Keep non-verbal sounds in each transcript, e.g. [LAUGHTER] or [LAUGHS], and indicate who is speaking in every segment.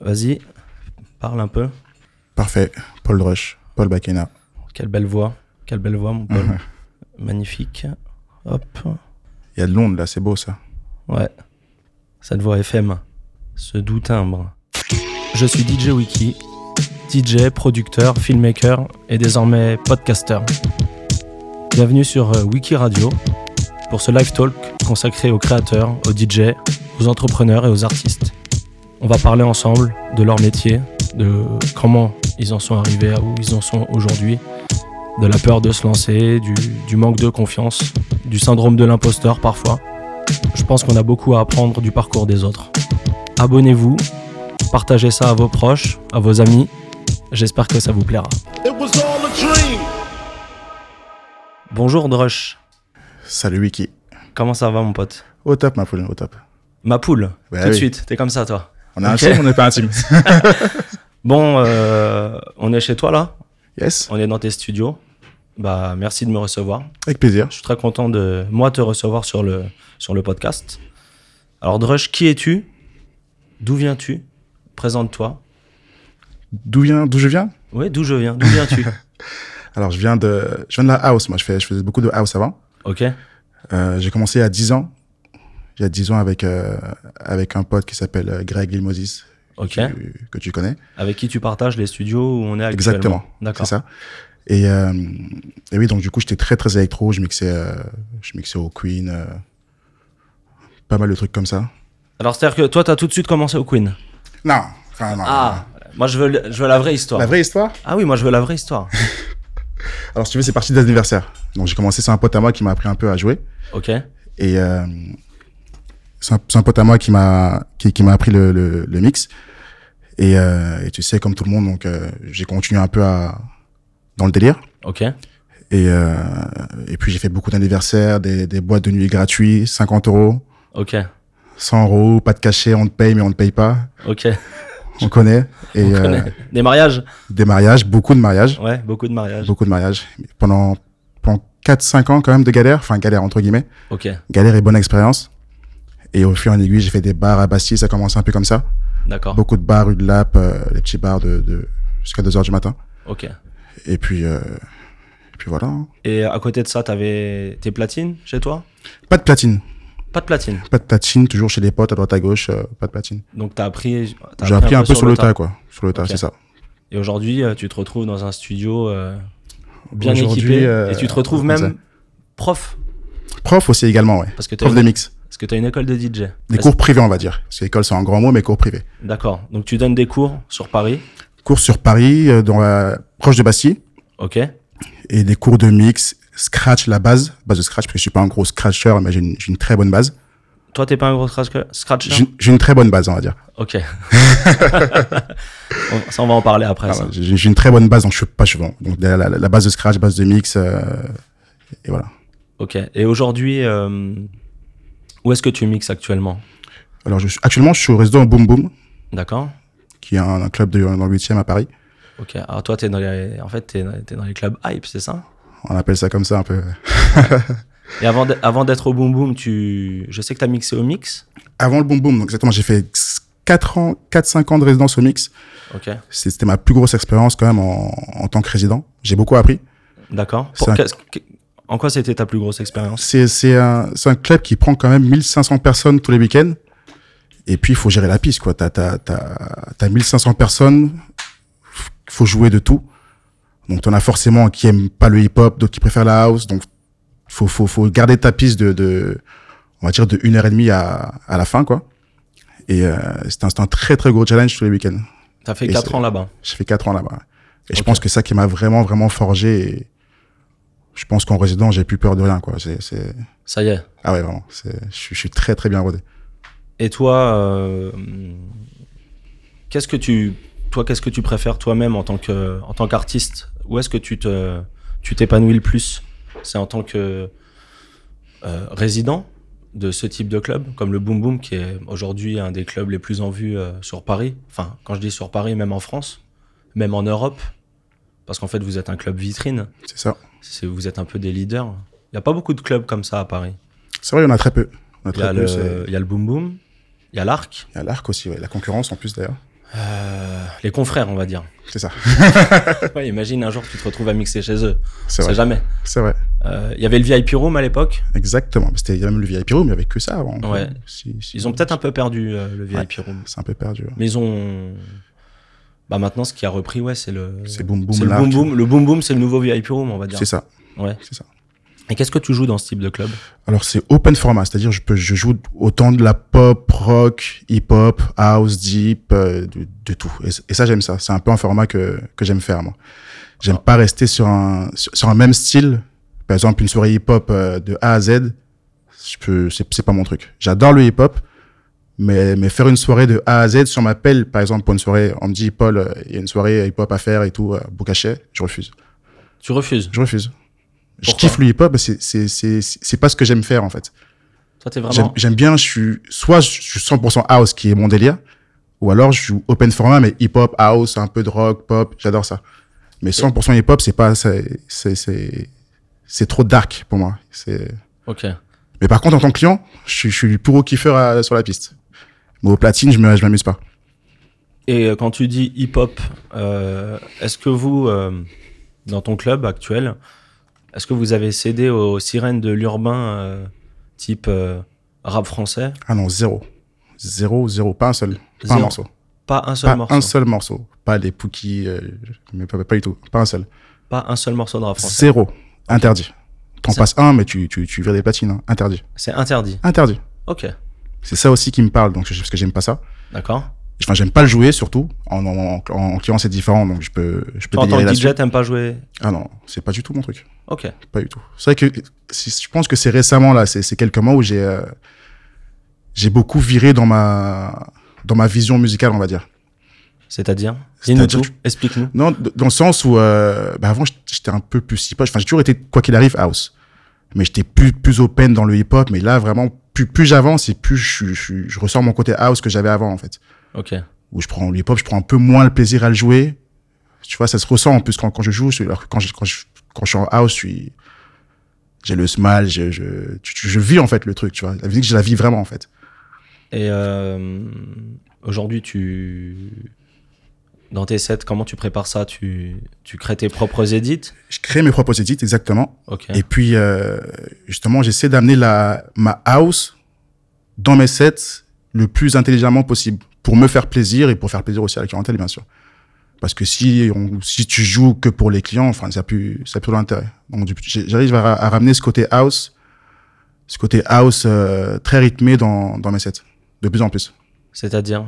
Speaker 1: Vas-y, parle un peu.
Speaker 2: Parfait. Paul Drush, Paul Bakena.
Speaker 1: Quelle belle voix. Quelle belle voix, mon Paul. Magnifique. Hop.
Speaker 2: [LAUGHS] Il y a de l'onde là, c'est beau ça.
Speaker 1: Ouais. Cette voix FM. Ce doux timbre. Je suis DJ Wiki. DJ, producteur, filmmaker et désormais podcasteur. Bienvenue sur euh, Wiki Radio pour ce live talk consacré aux créateurs, aux DJ, aux entrepreneurs et aux artistes. On va parler ensemble de leur métier, de comment ils en sont arrivés à où ils en sont aujourd'hui, de la peur de se lancer, du, du manque de confiance, du syndrome de l'imposteur parfois. Je pense qu'on a beaucoup à apprendre du parcours des autres. Abonnez-vous, partagez ça à vos proches, à vos amis. J'espère que ça vous plaira. Bonjour Drush,
Speaker 2: Salut Wiki.
Speaker 1: comment ça va mon pote
Speaker 2: Au top, ma poule, au top.
Speaker 1: Ma poule,
Speaker 2: Bah
Speaker 1: tout de
Speaker 2: oui.
Speaker 1: suite, t'es comme ça toi.
Speaker 2: On a
Speaker 1: Ok. [LAUGHS]
Speaker 2: un team, on n'est pas un team.
Speaker 1: Bon, euh, on est chez toi là,
Speaker 2: [LAUGHS] yes,
Speaker 1: on est dans tes studios. Bah merci de me recevoir.
Speaker 2: avec plaisir.
Speaker 1: Je suis très content de moi te recevoir sur le, sur le podcast. Alors Drush, qui es-tu D'où viens-tu Présente-toi.
Speaker 2: D'où vient, d'où je viens
Speaker 1: Oui, d'où je viens D'où
Speaker 2: [LAUGHS]
Speaker 1: viens-tu
Speaker 2: Alors, je viens de, je viens de la house. Moi, je fais, je faisais beaucoup de house avant.
Speaker 1: Ok.
Speaker 2: Euh, j'ai commencé à 10 ans. Il y a 10 ans avec, euh, avec un pote qui s'appelle euh, Greg Limosis,
Speaker 1: Ok.
Speaker 2: que, tu- que tu connais.
Speaker 1: Avec qui tu partages les studios où on est actuellement
Speaker 2: Exactement. C'est
Speaker 1: D'accord.
Speaker 2: ça. Et, euh, et oui, donc du coup, j'étais très très électro. Je mixais, euh, je mixais au Queen, euh, pas mal de trucs comme ça.
Speaker 1: Alors c'est-à-dire que toi, t'as tout de suite commencé au Queen.
Speaker 2: Non, enfin, non.
Speaker 1: Ah, moi je veux, le- je veux la vraie
Speaker 2: non.
Speaker 1: histoire.
Speaker 2: La vraie histoire
Speaker 1: Ah oui, moi je veux la vraie histoire.
Speaker 2: Alors, si tu veux, c'est parti des anniversaires. Donc, j'ai commencé, c'est un pote à moi qui m'a appris un peu à jouer.
Speaker 1: ok.
Speaker 2: Et euh, c'est un, c'est un pote à moi qui m'a qui, qui m'a appris le, le, le mix. Et, euh, et tu sais, comme tout le monde, donc euh, j'ai continué un peu à dans le délire.
Speaker 1: Ok.
Speaker 2: Et, euh, et puis j'ai fait beaucoup d'anniversaires, des, des boîtes de nuit gratuites, 50 euros,
Speaker 1: Ok.
Speaker 2: 100 euros, pas de cachet, on te paye mais on ne paye pas,
Speaker 1: Ok.
Speaker 2: on connaît. Et
Speaker 1: On
Speaker 2: euh,
Speaker 1: connaît. Des mariages
Speaker 2: des mariages, beaucoup de mariages,
Speaker 1: Ouais, beaucoup de mariages.
Speaker 2: beaucoup de mariages. Pendant, pendant 4-5 ans quand même de galère, enfin galère entre guillemets,
Speaker 1: Ok.
Speaker 2: galère et bonne expérience. Et au fur et en aiguille, j'ai fait des bars à Bastille, ça commence un peu comme ça.
Speaker 1: D'accord.
Speaker 2: Beaucoup de bars, rue de Lap, euh, les petits bars de, de jusqu'à 2 heures du matin.
Speaker 1: Ok.
Speaker 2: Et puis, euh, et puis voilà. hein.
Speaker 1: Et à côté de ça, t'avais tes platines chez toi
Speaker 2: Pas de platine,
Speaker 1: Pas de platine.
Speaker 2: pas de platine, toujours chez les potes à droite à gauche, euh, pas de platine.
Speaker 1: Donc t'as appris. t'as
Speaker 2: J'ai appris un peu sur le tas, quoi. Sur le tas,
Speaker 1: Ok.
Speaker 2: c'est ça.
Speaker 1: Et aujourd'hui, euh, tu te retrouves dans un studio euh, bien
Speaker 2: Aujourd'hui,
Speaker 1: équipé.
Speaker 2: euh,
Speaker 1: et tu te retrouves
Speaker 2: comme
Speaker 1: même prof.
Speaker 2: Prof aussi également, ouais.
Speaker 1: Parce que t'as
Speaker 2: Prof
Speaker 1: une,
Speaker 2: de mix.
Speaker 1: parce que t'as une école de DJ.
Speaker 2: Des
Speaker 1: Est-ce-
Speaker 2: cours privés, on va dire. Parce que l'école, c'est un grand mot, mais cours privés.
Speaker 1: D'accord. Donc tu donnes des cours sur Paris.
Speaker 2: Cours sur Paris, euh, dans la... proche de Bastille,
Speaker 1: Ok.
Speaker 2: et des cours de mix, scratch, la base, base de scratch, parce que je suis pas un gros scratcher, mais j'ai une, j'ai une très bonne base.
Speaker 1: Toi, t'es pas un gros scratch- scratcher
Speaker 2: J'ai j'ai une très bonne base, on va dire. [LAUGHS]
Speaker 1: Ok. On- ça, on va en parler après.
Speaker 2: Ah,
Speaker 1: ça.
Speaker 2: ouais, J'ai j'ai une très bonne base, donc je suis pas chevron. Donc la, la- la base de scratch, base de mix, euh, et voilà.
Speaker 1: Ok. Et aujourd'hui, euh, où est-ce que tu mixes actuellement
Speaker 2: Alors je suis- actuellement, je suis au résident Boom Boom,
Speaker 1: D'accord.
Speaker 2: qui est un, un club de, dans le 8e à Paris.
Speaker 1: Ok. Alors toi, t'es dans les, en fait, t'es dans, t'es dans les clubs hype, c'est ça
Speaker 2: On appelle ça comme ça un peu.
Speaker 1: Et avant d'être- avant d'être au Boom Boom, tu, je sais que t'as mixé au mix.
Speaker 2: Avant le Boom Boom, donc exactement, j'ai fait 4 ans, 4-5 ans de résidence au mix.
Speaker 1: Ok.
Speaker 2: C'est- C'était ma plus grosse expérience quand même en, en tant que résident. J'ai beaucoup appris.
Speaker 1: D'accord. Pour-
Speaker 2: C'est un-
Speaker 1: qu'est-ce que- En quoi c'était ta plus grosse expérience
Speaker 2: C'est c'est un, c'est un club qui prend quand même 1500 personnes tous les week-ends. Et puis, il faut gérer la piste, quoi. T'as as, 1500 personnes, f- faut jouer de tout. Donc, t'en as forcément qui aiment pas le hip-hop, d'autres qui préfèrent la house. Donc, faut, faut, faut garder ta piste de, de, on va dire, de une heure et demie à, à la fin, quoi. Et euh, c'est un, c'est un très, très gros challenge tous les week-ends.
Speaker 1: T'as fait
Speaker 2: Et
Speaker 1: 4
Speaker 2: c'est-
Speaker 1: ans là-bas.
Speaker 2: J'ai fait quatre ans là-bas. Et je
Speaker 1: Ok.
Speaker 2: pense que ça qui m'a vraiment, vraiment forgé. Et je pense qu'en résident, j'ai plus peur de rien, quoi. C'est, c'est...
Speaker 1: Ça y est.
Speaker 2: Ah ouais, vraiment. C'est... Je, suis- je suis très, très bien rodé.
Speaker 1: Et toi, euh, qu'est-ce que tu, toi, qu'est-ce que tu préfères toi-même en tant que, en tant qu'artiste Où est-ce que tu te, tu t'épanouis le plus C'est en tant que euh, résident de ce type de club, comme le Boom Boom, qui est aujourd'hui un des clubs les plus en vue euh, sur Paris. Enfin, quand je dis sur Paris, même en France, même en Europe, parce qu'en fait, vous êtes un club vitrine.
Speaker 2: C'est ça.
Speaker 1: C'est, vous êtes un peu des leaders. Il n'y a pas beaucoup de clubs comme ça à Paris.
Speaker 2: C'est vrai, il y en a très peu. Il y en a
Speaker 1: Il y a
Speaker 2: très peu. c'est-
Speaker 1: le, il y a le Boom Boom, il y a l'Arc.
Speaker 2: Il y a l'arc aussi, ouais. La concurrence en plus, d'ailleurs.
Speaker 1: Euh, les confrères, on va dire.
Speaker 2: C'est ça.
Speaker 1: [LAUGHS] Ouais, imagine un jour tu te retrouves à mixer chez eux.
Speaker 2: C'est
Speaker 1: C'est
Speaker 2: vrai.
Speaker 1: jamais.
Speaker 2: C'est vrai.
Speaker 1: Euh, Il y avait le VIP Room à l'époque.
Speaker 2: Exactement. C'était il y avait même le VIP Room, il n'y avait que ça avant.
Speaker 1: Ouais.
Speaker 2: Si- si-
Speaker 1: Ils ont peut-être un peu perdu euh, le
Speaker 2: Mm. Ouais.
Speaker 1: VIP Room.
Speaker 2: C'est un peu perdu. hein.
Speaker 1: Mais ils ont. Bah maintenant, ce qui a repris, ouais, c'est le.
Speaker 2: C'est Boom
Speaker 1: c'est
Speaker 2: Boom
Speaker 1: le
Speaker 2: là.
Speaker 1: boom
Speaker 2: tu-
Speaker 1: boom. Le boom boom, c'est le nouveau VIP Room, on va dire.
Speaker 2: C'est ça.
Speaker 1: Ouais.
Speaker 2: C'est ça.
Speaker 1: Et qu'est-ce que tu joues dans ce type de club
Speaker 2: Alors c'est open format, c'est-à-dire je peux je joue autant de la pop, rock, hip-hop, house, deep, euh, de, de tout. Et, c- et ça j'aime ça. C'est un peu un format que que j'aime faire moi. J'aime
Speaker 1: Ah.
Speaker 2: pas rester sur un sur, sur un même style. Par exemple une soirée hip-hop euh, de A à Z, je peux c'est c'est pas mon truc. J'adore le hip-hop, mais mais faire une soirée de A à Z sur ma pelle, par exemple pour une soirée, on me dit Paul, euh, il y a une soirée hip-hop à faire et tout, euh, Bocachet, je refuse.
Speaker 1: Tu refuses.
Speaker 2: Je refuse. je
Speaker 1: Pourquoi
Speaker 2: kiffe le hip-hop, mais c'est c'est c'est c'est c'est pas ce que j'aime faire en fait.
Speaker 1: Toi, t'es
Speaker 2: J'aime
Speaker 1: vraiment.
Speaker 2: j'aime bien, je suis, soit je suis 100% house, qui est mon délire, ou alors je joue open format, mais hip-hop, house, un peu de rock, pop, j'adore ça. Mais 100% hip-hop, c'est pas, c'est, c'est, c'est, c'est trop dark pour moi. C'est,
Speaker 1: Ok.
Speaker 2: mais par contre, en tant que client, je suis, je suis le plus gros kiffeur à- sur la piste. Mais au platine, je me- je m'amuse pas.
Speaker 1: Et euh, quand tu dis hip-hop, euh, est-ce que vous, euh, dans ton club actuel, est-ce que vous avez cédé aux sirènes de l'urbain euh, type euh, rap français
Speaker 2: Ah non, zéro. Zéro, zéro, pas un seul. Pas un
Speaker 1: Zéro.
Speaker 2: morceau.
Speaker 1: Pas un seul
Speaker 2: Pas
Speaker 1: morceau.
Speaker 2: un seul morceau. Pas les Pookie, euh, mais pas, pas du tout. Pas un seul.
Speaker 1: Pas un seul morceau de rap français.
Speaker 2: Zéro. Interdit. T'en
Speaker 1: C'est-
Speaker 2: passes un, mais tu, tu, tu vires des platines. hein. Interdit.
Speaker 1: C'est interdit.
Speaker 2: Interdit.
Speaker 1: Ok.
Speaker 2: C'est ça aussi qui me parle, donc je- parce que j'aime pas ça.
Speaker 1: D'accord.
Speaker 2: Enfin, j'aime pas le jouer surtout. En, en, en, en client, c'est différent, donc je peux, je peux
Speaker 1: Toi, en tant
Speaker 2: délirer
Speaker 1: que
Speaker 2: là-dessus.
Speaker 1: DJ, t'aimes pas jouer.
Speaker 2: Ah non, c'est pas du tout mon truc,
Speaker 1: Ok.
Speaker 2: pas du tout. C'est vrai que si- je pense que c'est récemment là, c'est c'est quelques mois où j'ai euh, j'ai beaucoup viré dans ma dans ma vision musicale, on va dire.
Speaker 1: C'est-à-dire Dis-nous
Speaker 2: C'est-à-dire
Speaker 1: tout.
Speaker 2: que-
Speaker 1: Explique-nous.
Speaker 2: Non, d- dans le sens où euh, bah avant j'étais un peu plus hip-hop. Enfin, j'ai toujours été quoi qu'il arrive house, mais j'étais plus plus open dans le hip-hop. Mais là, vraiment, plus plus j'avance et plus je, suis- je, suis- je ressors mon côté house que j'avais avant en fait.
Speaker 1: Ok.
Speaker 2: où je prends le hip-hop, je prends un peu moins le plaisir à le jouer. Tu vois, ça se ressent en plus quand, quand je joue. Alors que quand je, quand, je, quand je suis en house, je suis- j'ai le smile, je, je, tu- tu- je vis en fait le truc, tu vois. La musique, je la vis vraiment en fait.
Speaker 1: Et euh, aujourd'hui, tu. Dans tes sets, comment tu prépares ça tu... tu crées tes propres édits
Speaker 2: Je crée mes propres edits, exactement.
Speaker 1: Ok.
Speaker 2: Et puis, euh, justement, j'essaie d'amener la, ma house dans mes sets le plus intelligemment possible pour me faire plaisir et pour faire plaisir aussi à la clientèle, bien sûr. Parce que si, on, si tu joues que pour les clients, enfin, ça n'a plus, ça a plus l'intérêt. Donc, du- j'ai- j'arrive à, ra- à ramener ce côté house, ce côté house euh, très rythmé dans, dans mes sets, de plus en plus.
Speaker 1: C'est-à-dire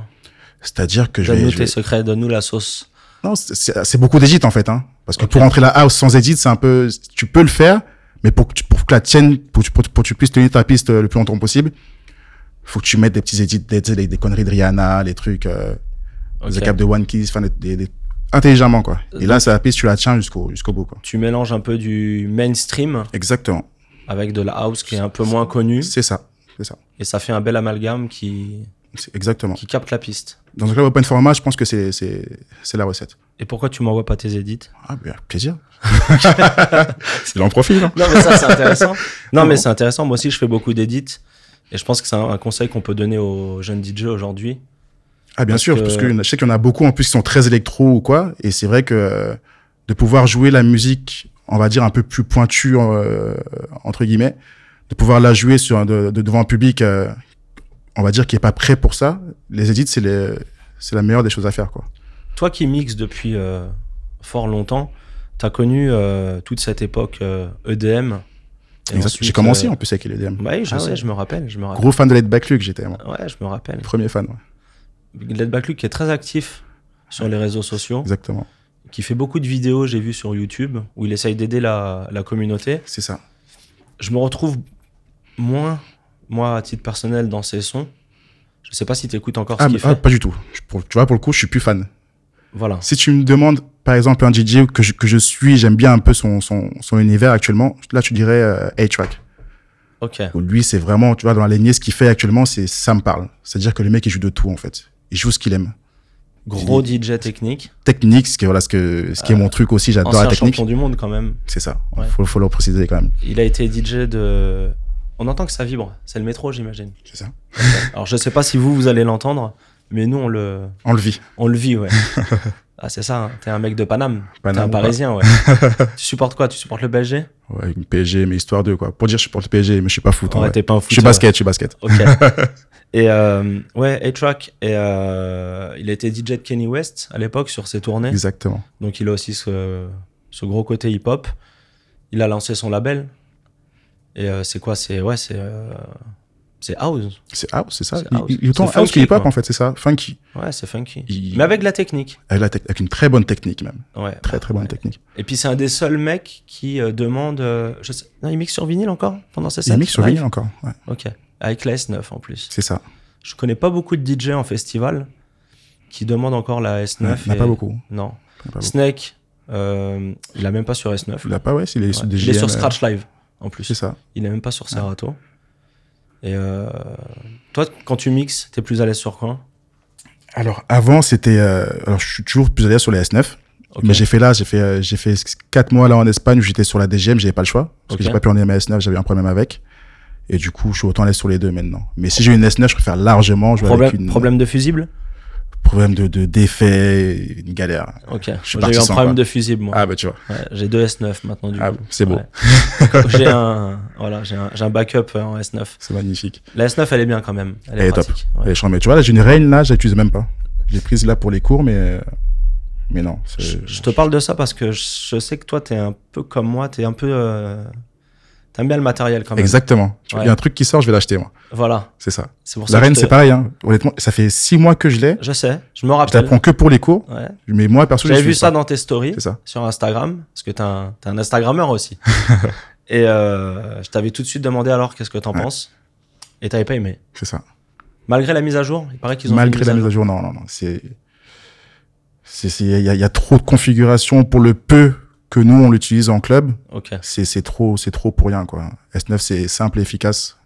Speaker 2: C'est-à-dire que je vais,
Speaker 1: Donne-nous
Speaker 2: je vais-
Speaker 1: tes secrets, donne-nous la sauce.
Speaker 2: non, c'est- c'est c'est beaucoup d'edit en fait, hein. Parce que
Speaker 1: Ok.
Speaker 2: pour entrer la house sans edit, c'est un peu, tu peux le faire, mais pour que tu, pour que la tienne, pour, que tu- pour, que tu puisses tenir ta piste euh, le plus longtemps possible, faut que tu mettes des petits edits, des, des, des conneries de Rihanna, les trucs, euh,
Speaker 1: Ok. Euh,
Speaker 2: des caps de One Kiss, enfin, des, des, des- intelligemment quoi. Et
Speaker 1: Donc-
Speaker 2: là, c'est la piste, tu la tiens jusqu'au jusqu'au bout quoi.
Speaker 1: Tu mélanges un peu du mainstream
Speaker 2: Exactement.
Speaker 1: avec de la house qui est un peu moins connue
Speaker 2: C'est ça.
Speaker 1: et ça fait un bel amalgame qui,
Speaker 2: C'est Exactement.
Speaker 1: qui capte la piste.
Speaker 2: Dans un club open format, je pense que c'est c'est c'est la recette.
Speaker 1: Et pourquoi tu m'envoies pas tes édits
Speaker 2: Ah, mais avec
Speaker 1: [LAUGHS]
Speaker 2: plaisir. J'en profite. Hein.
Speaker 1: Non mais ça c'est intéressant. [LAUGHS] non mais
Speaker 2: Comment
Speaker 1: c'est intéressant, moi aussi je fais beaucoup d'édits et je pense que c'est un, un conseil qu'on peut donner aux jeunes DJ aujourd'hui.
Speaker 2: Ah bien
Speaker 1: Parce
Speaker 2: sûr,
Speaker 1: que-
Speaker 2: parce que je sais qu'il y en a beaucoup en plus qui sont très électro ou quoi, et c'est vrai que euh, de pouvoir jouer la musique, on va dire un peu plus pointue euh, entre guillemets, de pouvoir la jouer sur un- de, de- devant un public, euh, on va dire qui est pas prêt pour ça, les édits c'est les- c'est la meilleure des choses à faire quoi.
Speaker 1: Toi qui mixes depuis euh, fort longtemps, t'as connu euh, toute cette époque euh, EDM. et
Speaker 2: Exact.
Speaker 1: ensuite,
Speaker 2: J'ai commencé
Speaker 1: euh,
Speaker 2: en plus avec les DM.
Speaker 1: Ouais, je
Speaker 2: Ah
Speaker 1: sais,
Speaker 2: ouais.
Speaker 1: je me rappelle, je me rappelle.
Speaker 2: Gros fan de Led Back Luke, j'étais moi.
Speaker 1: Ouais, je me rappelle.
Speaker 2: Premier fan, ouais.
Speaker 1: Led Back Luke qui est très actif sur les réseaux sociaux,
Speaker 2: exactement.
Speaker 1: qui fait beaucoup de vidéos, j'ai vu sur YouTube, où il essaye d'aider la, la communauté.
Speaker 2: C'est ça.
Speaker 1: Je me retrouve moins, moi, à titre personnel, dans ses sons. Je sais pas si tu écoutes encore
Speaker 2: Ah,
Speaker 1: ce
Speaker 2: mais-
Speaker 1: qu'il
Speaker 2: ah,
Speaker 1: fait.
Speaker 2: pas du tout. Je- pour- tu vois, pour le coup, je suis plus fan.
Speaker 1: Voilà.
Speaker 2: Si tu me demandes, par exemple, un DJ que je, que je suis, j'aime bien un peu son, son, son univers actuellement, là, tu dirais euh, A-Track.
Speaker 1: Ok.
Speaker 2: Où Lui, c'est vraiment, tu vois, dans la lignée, ce qu'il fait actuellement, c'est ça me parle. C'est-à-dire que le mec, il joue de tout, en fait. Il joue ce qu'il aime.
Speaker 1: Gros DJ technique.
Speaker 2: Technique, ce, que, voilà, ce, que, ce qui est mon truc aussi, j'adore
Speaker 1: Ancien
Speaker 2: la technique.
Speaker 1: champion du monde, quand même.
Speaker 2: C'est ça, il
Speaker 1: Ouais.
Speaker 2: faut, faut le préciser quand même.
Speaker 1: Il a été DJ de. On entend que ça vibre. C'est le métro, j'imagine.
Speaker 2: C'est ça.
Speaker 1: Alors, je sais pas si vous, vous allez l'entendre, mais nous, on le,
Speaker 2: On le vit.
Speaker 1: on le vit,
Speaker 2: [LAUGHS]
Speaker 1: ouais. ah, c'est ça, hein. t'es un mec de Paname. T'es un
Speaker 2: Paname,
Speaker 1: parisien,
Speaker 2: [LAUGHS]
Speaker 1: ouais. tu supportes quoi Tu supportes le PSG
Speaker 2: Ouais, une PSG, mais histoire de quoi. Pour dire, je supporte le PSG, mais je suis pas foot. en
Speaker 1: Ouais,
Speaker 2: vrai.
Speaker 1: t'es pas un
Speaker 2: Je suis
Speaker 1: footeur.
Speaker 2: basket, je suis basket.
Speaker 1: Ok.
Speaker 2: [LAUGHS]
Speaker 1: et euh, ouais, A-Track, et, euh, il a été DJ de Kenny West à l'époque sur ses tournées.
Speaker 2: Exactement.
Speaker 1: Donc il a aussi ce, ce gros côté hip-hop. Il a lancé son label. Et euh, c'est quoi C'est ouais, c'est euh, c'est house.
Speaker 2: C'est house, c'est ça.
Speaker 1: C'est
Speaker 2: Il-
Speaker 1: house.
Speaker 2: Il, il autant
Speaker 1: C'est
Speaker 2: house que
Speaker 1: funky,
Speaker 2: hip-hop,
Speaker 1: quoi.
Speaker 2: en fait, c'est ça. Funky.
Speaker 1: Ouais, c'est funky.
Speaker 2: Il-
Speaker 1: Mais avec de la technique.
Speaker 2: Avec, la tec- avec une très bonne technique, même.
Speaker 1: Ouais.
Speaker 2: Très, très bonne technique.
Speaker 1: Et puis c'est un des seuls mecs qui euh, demande. euh, je sais- Non, il mixe sur vinyle encore pendant ses sets.
Speaker 2: Il mixe sur
Speaker 1: live
Speaker 2: vinyle encore. Ouais,
Speaker 1: Ok. Avec la S9 en plus.
Speaker 2: c'est ça.
Speaker 1: Je connais pas beaucoup de DJ en festival qui demandent encore la S9.
Speaker 2: Il n'y en a
Speaker 1: et-
Speaker 2: pas beaucoup.
Speaker 1: Non.
Speaker 2: Il y en a pas beaucoup.
Speaker 1: Snake, euh, il a même pas sur S9.
Speaker 2: Il a pas, ouais, s'il est
Speaker 1: Ouais.
Speaker 2: sur des
Speaker 1: Il est sur
Speaker 2: JM, euh,
Speaker 1: Scratch Live en plus.
Speaker 2: C'est ça. Ah.
Speaker 1: Il est même pas sur Serato. Et euh, toi, quand tu mixes, t'es plus à l'aise sur quoi
Speaker 2: Alors, avant, c'était. euh, alors, je suis toujours plus à l'aise sur les S9.
Speaker 1: Ok.
Speaker 2: Mais j'ai fait là, j'ai fait, euh, j'ai fait 4 mois là en Espagne où j'étais sur la DGM, j'avais pas le choix. Parce
Speaker 1: Ok.
Speaker 2: que j'ai pas pu en aimer la S9, j'avais un problème avec. Et du coup, je suis autant à l'aise sur les deux maintenant. Mais si j'ai une S9, je préfère largement jouer
Speaker 1: Problème,
Speaker 2: avec une.
Speaker 1: problème de fusible
Speaker 2: problème de, de défait, une galère.
Speaker 1: Ok.
Speaker 2: suis
Speaker 1: J'ai eu un
Speaker 2: parti sans,
Speaker 1: problème
Speaker 2: quoi.
Speaker 1: de fusible, moi.
Speaker 2: Ah, bah, tu vois.
Speaker 1: Ouais, j'ai deux S9 maintenant, du
Speaker 2: Ah,
Speaker 1: coup.
Speaker 2: c'est beau.
Speaker 1: Ouais. Donc, j'ai un, voilà, j'ai un, j'ai un backup euh, en S9.
Speaker 2: C'est magnifique.
Speaker 1: La S9, elle est bien quand même. Elle est,
Speaker 2: Elle est top.
Speaker 1: pratique. Ouais.
Speaker 2: Et je rends- mais tu vois, là, j'ai une reine, là, je l'utilise même pas. Je l'ai prise là pour les cours, mais. euh, Mais non. c'est-
Speaker 1: Je, je te parle de ça parce que je je sais que toi, t'es un peu comme moi, t'es un peu. euh, T'aimes bien le matériel quand même.
Speaker 2: Exactement. Tu vois, Il y
Speaker 1: Ouais.
Speaker 2: a un truc qui sort, je vais l'acheter, moi.
Speaker 1: Voilà.
Speaker 2: C'est ça.
Speaker 1: C'est pour ça
Speaker 2: La
Speaker 1: que
Speaker 2: reine,
Speaker 1: je te-
Speaker 2: c'est pareil, hein. Honnêtement, ça fait 6 mois que je l'ai.
Speaker 1: Je sais, je me
Speaker 2: Je
Speaker 1: rappelle.
Speaker 2: l'apprends que pour les cours.
Speaker 1: Ouais.
Speaker 2: Mais moi, perso, je
Speaker 1: J'avais
Speaker 2: l'utilise
Speaker 1: vu ça
Speaker 2: pas.
Speaker 1: dans tes stories
Speaker 2: C'est ça.
Speaker 1: sur Instagram, parce que t'es un, t'es un Instagrammeur
Speaker 2: [LAUGHS]
Speaker 1: aussi. et euh, je t'avais tout de suite demandé alors qu'est-ce que t'en
Speaker 2: Ouais.
Speaker 1: penses, et t'avais pas aimé.
Speaker 2: C'est ça.
Speaker 1: Malgré la mise à jour, il paraît qu'ils ont
Speaker 2: Malgré
Speaker 1: fait
Speaker 2: la
Speaker 1: une
Speaker 2: mise à jour, non, non, non. C'est, c'est, c'est- il y, a- il y a trop de configurations pour le peu que nous on l'utilise en club.
Speaker 1: Ok.
Speaker 2: C'est, c'est trop, c'est trop pour rien quoi. S9 c'est simple et efficace.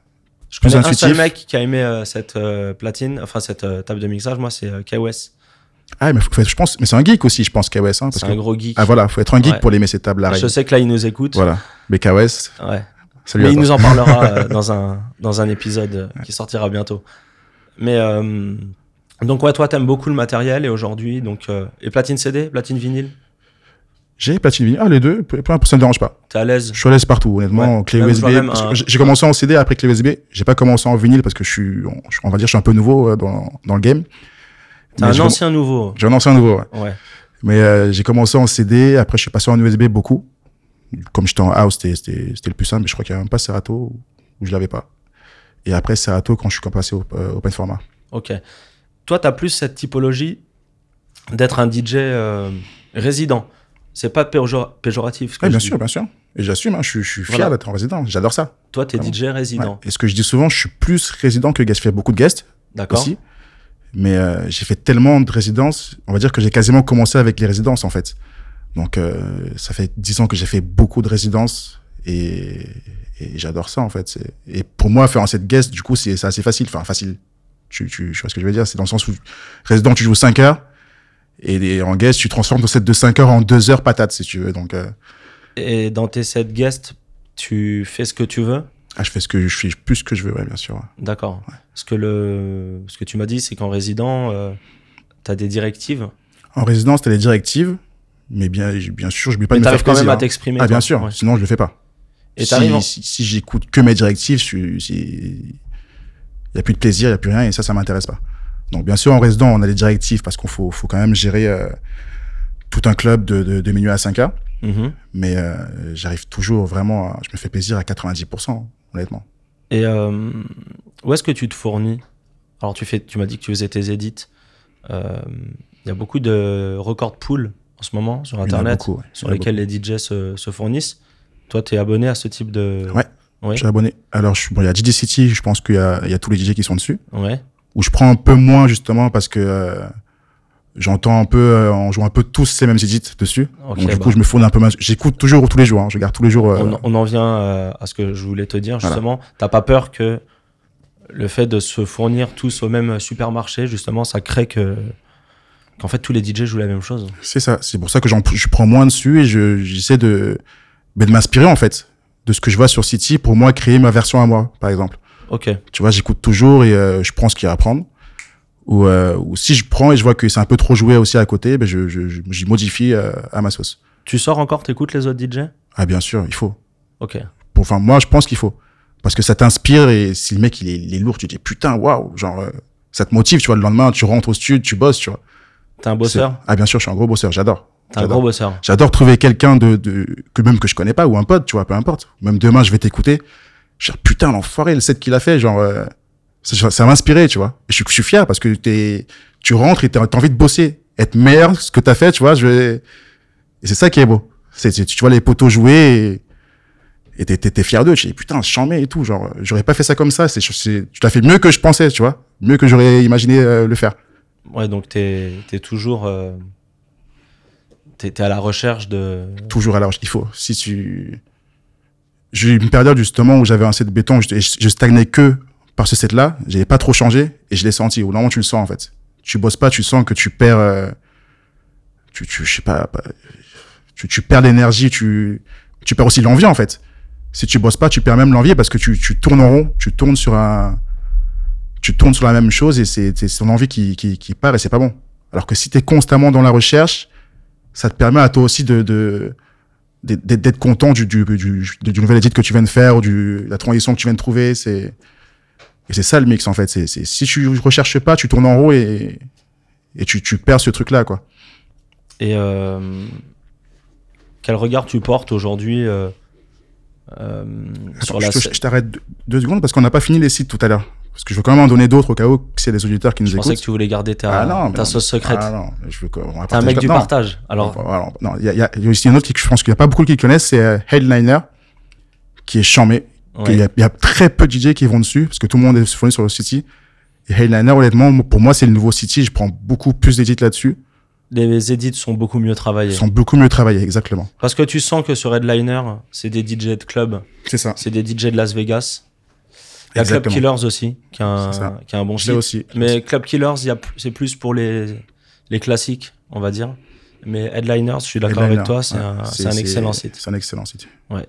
Speaker 1: Je
Speaker 2: Plus
Speaker 1: connais un seul
Speaker 2: intuitif.
Speaker 1: mec qui a aimé euh, cette euh, platine, enfin cette euh, table de mixage, moi c'est euh, KOS.
Speaker 2: Ah mais faut- faut- je pense, mais c'est un geek aussi, je pense KOS. Hein, parce
Speaker 1: C'est
Speaker 2: que
Speaker 1: un gros geek.
Speaker 2: ah voilà, faut être un geek
Speaker 1: Ouais.
Speaker 2: pour les mettre ces tables là.
Speaker 1: je sais que là il nous écoute.
Speaker 2: Voilà. Mais KOS,
Speaker 1: Ouais.
Speaker 2: salut.
Speaker 1: Mais
Speaker 2: à
Speaker 1: il
Speaker 2: toi.
Speaker 1: nous en parlera
Speaker 2: [LAUGHS]
Speaker 1: euh, dans, un, dans un épisode euh, qui sortira bientôt. Mais euh, donc, ouais, toi, t'aimes beaucoup le matériel et aujourd'hui, donc. euh, et platine CD, platine vinyle,
Speaker 2: J'ai platine vinyle. Ah les deux, peu peu importe, ça me dérange pas.
Speaker 1: t'es à l'aise
Speaker 2: Je suis à l'aise partout, honnêtement.
Speaker 1: Ouais.
Speaker 2: Clé
Speaker 1: Même, je vois
Speaker 2: USB.
Speaker 1: même
Speaker 2: parce que
Speaker 1: un-
Speaker 2: J'ai j'ai commencé en CD après clé USB. J'ai pas commencé en vinyle parce que je suis, on, je- on va dire, je suis un peu nouveau euh, dans, dans le game.
Speaker 1: T'es
Speaker 2: Mais
Speaker 1: un
Speaker 2: je-
Speaker 1: ancien nouveau.
Speaker 2: J'ai un ancien nouveau. ouais.
Speaker 1: Ouais.
Speaker 2: Mais euh, j'ai commencé en CD, après je suis passé en USB beaucoup. Comme j'étais en house, c'était- c'était c'était le plus simple, mais je crois qu'il n'y avait même pas Serato ou ou je l'avais pas. Et après Serato quand je suis passé au euh, open format.
Speaker 1: Ok. Toi, t'as plus cette typologie d'être un DJ euh, résident. C'est pas péjor- péjoratif. ce que
Speaker 2: Oui, bien
Speaker 1: Ah, je
Speaker 2: sûr,
Speaker 1: dis.
Speaker 2: bien sûr. Et j'assume, hein, je, suis- je suis fier
Speaker 1: Voilà.
Speaker 2: d'être en résident, j'adore ça.
Speaker 1: Toi, t'es
Speaker 2: Ah bon
Speaker 1: DJ résident.
Speaker 2: Ouais. Et ce que je dis souvent, je suis plus résident que guest, je fais beaucoup de guests
Speaker 1: D'accord.
Speaker 2: aussi. Mais euh, j'ai fait tellement de résidences, on va dire que j'ai quasiment commencé avec les résidences en fait. Donc euh, ça fait dix ans que j'ai fait beaucoup de résidences et, et j'adore ça en fait. C'est- Et pour moi, faire un set guest, du coup, c'est c'est assez facile. Enfin, facile. Tu, tu, je vois ce que je veux dire. C'est dans le sens où résident, tu joues 5 heures et, les- en guest, tu transformes ton set de 5 heures en 2 heures patate si tu veux. Donc euh,
Speaker 1: Et dans tes sets guest, tu fais ce que tu veux.
Speaker 2: ah, je fais ce que je fais plus ce que je veux, ouais, bien sûr.
Speaker 1: D'accord. Ce que le, ce que tu m'as dit, c'est qu'en résident, euh, t'as des directives.
Speaker 2: En résidence, t'as les directives, mais bien, bien sûr, je ne pas
Speaker 1: Mais
Speaker 2: de me
Speaker 1: t'arrives
Speaker 2: faire
Speaker 1: quand
Speaker 2: plaisir.
Speaker 1: même à
Speaker 2: hein.
Speaker 1: t'exprimer.
Speaker 2: Ah, bien
Speaker 1: toi.
Speaker 2: sûr,
Speaker 1: Ouais.
Speaker 2: sinon je le fais pas.
Speaker 1: Et t'arrives. en-
Speaker 2: si, si, si j'écoute que mes directives, il si, y a plus de plaisir, il y a plus rien, et ça, ça m'intéresse pas. Donc, bien sûr, en résident, on a les directives parce qu'on faut, faut quand même gérer euh, tout un club de, de, de minuit à 5 heures.
Speaker 1: Mhm.
Speaker 2: Mais euh, j'arrive toujours vraiment, à- je me fais plaisir à 90%, honnêtement.
Speaker 1: Et euh, où est-ce que tu te fournis Alors tu fais, tu m'as dit que tu faisais tes édits. Euh, Il y a beaucoup de record pool en ce moment sur
Speaker 2: Il y en a
Speaker 1: Internet,
Speaker 2: beaucoup, ouais.
Speaker 1: sur
Speaker 2: Il y en a
Speaker 1: lesquels les DJ se, se fournissent. Toi, t'es abonné à ce type de.
Speaker 2: Ouais.
Speaker 1: Ouais.
Speaker 2: Je suis abonné. Alors, je suis- bon, il y a DJ City, je pense qu'il y, a- il y a tous les DJ qui sont dessus.
Speaker 1: Ouais.
Speaker 2: où je prends un peu moins justement parce que euh, j'entends un peu, euh, on joue un peu tous ces mêmes edits dessus.
Speaker 1: Ok,
Speaker 2: Donc, du
Speaker 1: bah. Oh
Speaker 2: coup, je me fournis un peu. ma- J'écoute toujours tous les jours. hein. Je regarde tous les jours. euh,
Speaker 1: On, on en vient euh, à ce que je voulais te dire
Speaker 2: Voilà.
Speaker 1: justement. T'as pas peur que le fait de se fournir tous au même supermarché, justement, ça crée que qu'en fait tous les DJ jouent la même chose.
Speaker 2: C'est ça. C'est pour ça que j'en- je prends moins dessus et je- j'essaie de, ben, de m'inspirer en fait de ce que je vois sur City pour moi créer ma version à moi, par exemple.
Speaker 1: Ok.
Speaker 2: Tu vois, j'écoute toujours et euh, je prends ce qu'il y a à prendre. Ou, euh, ou si je prends et je vois que c'est un peu trop joué aussi à côté, ben je, je, je- j'y modifie euh, à ma sauce.
Speaker 1: Tu sors encore, t'écoutes les autres DJ
Speaker 2: Ah bien sûr, il faut.
Speaker 1: Ok.
Speaker 2: Pour- Enfin, moi, je pense qu'il faut. Parce que ça t'inspire et si le mec, il est, il est lourd, tu te dis putain, waouh, genre, euh, ça te motive, tu vois, le lendemain, tu rentres au studio, tu bosses, tu vois.
Speaker 1: T'es un bosseur
Speaker 2: C'est- Ah, bien sûr, je suis un gros bosseur, j'adore.
Speaker 1: T'es un
Speaker 2: J'adore.
Speaker 1: gros bosseur.
Speaker 2: J'adore trouver quelqu'un de, de, que même que je connais pas ou un pote, tu vois, peu importe. Même demain, je vais t'écouter. Je vais dire, putain, l'enfoiré, le set qu'il a fait, genre, euh, ça, ça m'a inspiré, tu vois. Et je, suis- je suis fier parce que t'es, tu rentres et t'as t'as envie de bosser, être meilleur, que ce que t'as fait, tu vois, je vais- et c'est ça qui est beau. C'est, c'est- tu vois les poteaux jouer et, et t'es, t'es, t'es fier d'eux. Je dis, putain, je chambais et tout, genre, j'aurais pas fait ça comme ça. C'est, c'est, tu l'as fait mieux que je pensais, tu vois. Mieux que j'aurais imaginé euh, le faire.
Speaker 1: Ouais, donc t'es es toujours. euh, T'es t'es à la recherche de.
Speaker 2: toujours à la recherche. Il faut. Si tu. J'ai eu une période justement où j'avais un set de béton, je, je- je stagnais que par ce set-là, j'avais pas trop changé et je l'ai senti. Au bout d'un moment, tu le sens en fait. Tu bosses pas, tu sens que tu perds. euh, tu, tu, je sais pas. pas- tu, tu perds l'énergie, tu, tu perds aussi l'envie en fait. Si tu bosses pas, tu perds même l'envie parce que tu, tu tournes en rond, tu tournes sur un. Tu tournes sur la même chose et c'est c'est son envie qui, qui, qui part et c'est pas bon. Alors que si tu es constamment dans la recherche, ça te permet à toi aussi de, de d'être d'être content du, du, du, du, du nouvel edit que tu viens de faire ou du, la transition que tu viens de trouver. C'est, et c'est ça le mix en fait. C'est, c'est, si tu recherches pas, tu tournes en rond et, et tu, tu perds ce truc là quoi.
Speaker 1: Et euh, quel regard tu portes aujourd'hui euh, euh, sur
Speaker 2: Attends,
Speaker 1: la
Speaker 2: Ah, je, te-
Speaker 1: scè-
Speaker 2: je t'arrête deux, deux secondes parce qu'on n'a pas fini les sites tout à l'heure. Parce que je veux quand même en donner d'autres au cas où que c'est des auditeurs qui nous
Speaker 1: Je pensais
Speaker 2: écoutent.
Speaker 1: que tu voulais garder ta,
Speaker 2: Ah non, mais
Speaker 1: ta
Speaker 2: non,
Speaker 1: sauce secrète.
Speaker 2: Ah non, je veux qu'on va
Speaker 1: T'es un
Speaker 2: partager-
Speaker 1: mec du
Speaker 2: non,
Speaker 1: partage. Alors,
Speaker 2: Bon, alors, non, il y a, il y a- il y a aussi un autre qui je pense qu'il n'y a pas beaucoup qui le connaissent, c'est euh, Headliner, qui est chamé.
Speaker 1: ouais.
Speaker 2: Il, y a, il y a très peu de DJ qui vont dessus, parce que tout le monde est fourni sur le City. Et Headliner, honnêtement, moi- pour moi, c'est le nouveau City. Je prends beaucoup plus d'édits là-dessus.
Speaker 1: les edits sont beaucoup mieux travaillés.
Speaker 2: Ils sont beaucoup mieux travaillés, exactement.
Speaker 1: Parce que tu sens que sur Headliner, c'est des DJ de club,
Speaker 2: C'est ça.
Speaker 1: c'est des DJ de Las Vegas. Il y a Club
Speaker 2: Exactement.
Speaker 1: Killers aussi, qui a
Speaker 2: C'est ça.
Speaker 1: un, qui a un bon
Speaker 2: Je l'ai
Speaker 1: site.
Speaker 2: aussi.
Speaker 1: Mais Club Killers, il y a pl- c'est plus pour les, les classiques, on va dire. Mais Headliners, je suis d'accord
Speaker 2: Headliner,
Speaker 1: avec toi, c'est
Speaker 2: ouais.
Speaker 1: un, c'est un excellent site.
Speaker 2: C'est un excellent site.
Speaker 1: Ouais.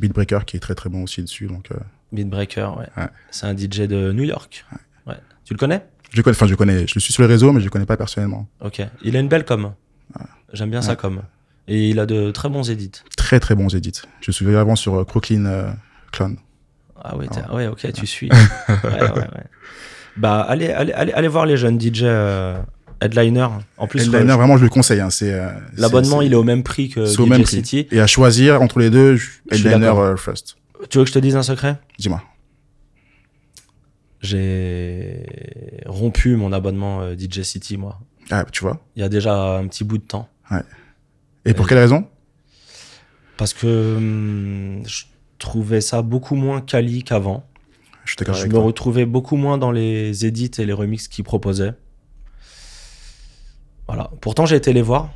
Speaker 2: Beatbreaker qui est très très bon aussi dessus. Donc, euh,
Speaker 1: Beatbreaker, ouais.
Speaker 2: Ouais.
Speaker 1: C'est un DJ de New York. Ouais. Tu le connais
Speaker 2: je le connais, enfin, je le connais. Je le suis sur les réseaux, mais je le connais pas personnellement.
Speaker 1: Ok. Il a une belle com. J'aime bien sa com. Et il a de très bons édits.
Speaker 2: Très très bons édits. Je me souviens avant sur euh, Crooklyn euh, Clan.
Speaker 1: Ah oui,
Speaker 2: Ah.
Speaker 1: t'as- ouais, ok, tu
Speaker 2: [LAUGHS]
Speaker 1: suis. Ouais, ouais, ouais. Bah, allez, allez, allez, allez voir les jeunes DJ euh, Headliner. En plus,
Speaker 2: Headliner,
Speaker 1: euh,
Speaker 2: vraiment, je le conseille. hein, c'est, euh,
Speaker 1: l'abonnement,
Speaker 2: c'est-
Speaker 1: il est au même prix que
Speaker 2: c'est
Speaker 1: DJ
Speaker 2: au même prix.
Speaker 1: City.
Speaker 2: Et à choisir entre les deux, je-
Speaker 1: Je suis
Speaker 2: Headliner
Speaker 1: d'accord.
Speaker 2: euh, first.
Speaker 1: Tu veux que je te dise un secret
Speaker 2: Dis-moi.
Speaker 1: J'ai rompu mon abonnement euh, DJ City, moi.
Speaker 2: Ah, tu vois.
Speaker 1: Il y a déjà un petit bout de temps.
Speaker 2: Et pour quelle raison
Speaker 1: Parce que hum, je trouvais ça beaucoup moins quali qu'avant.
Speaker 2: Je suis d'accord
Speaker 1: je
Speaker 2: avec
Speaker 1: me
Speaker 2: toi.
Speaker 1: retrouvais beaucoup moins dans les edits et les remixes qu'ils proposaient. Voilà. Pourtant, j'ai été les voir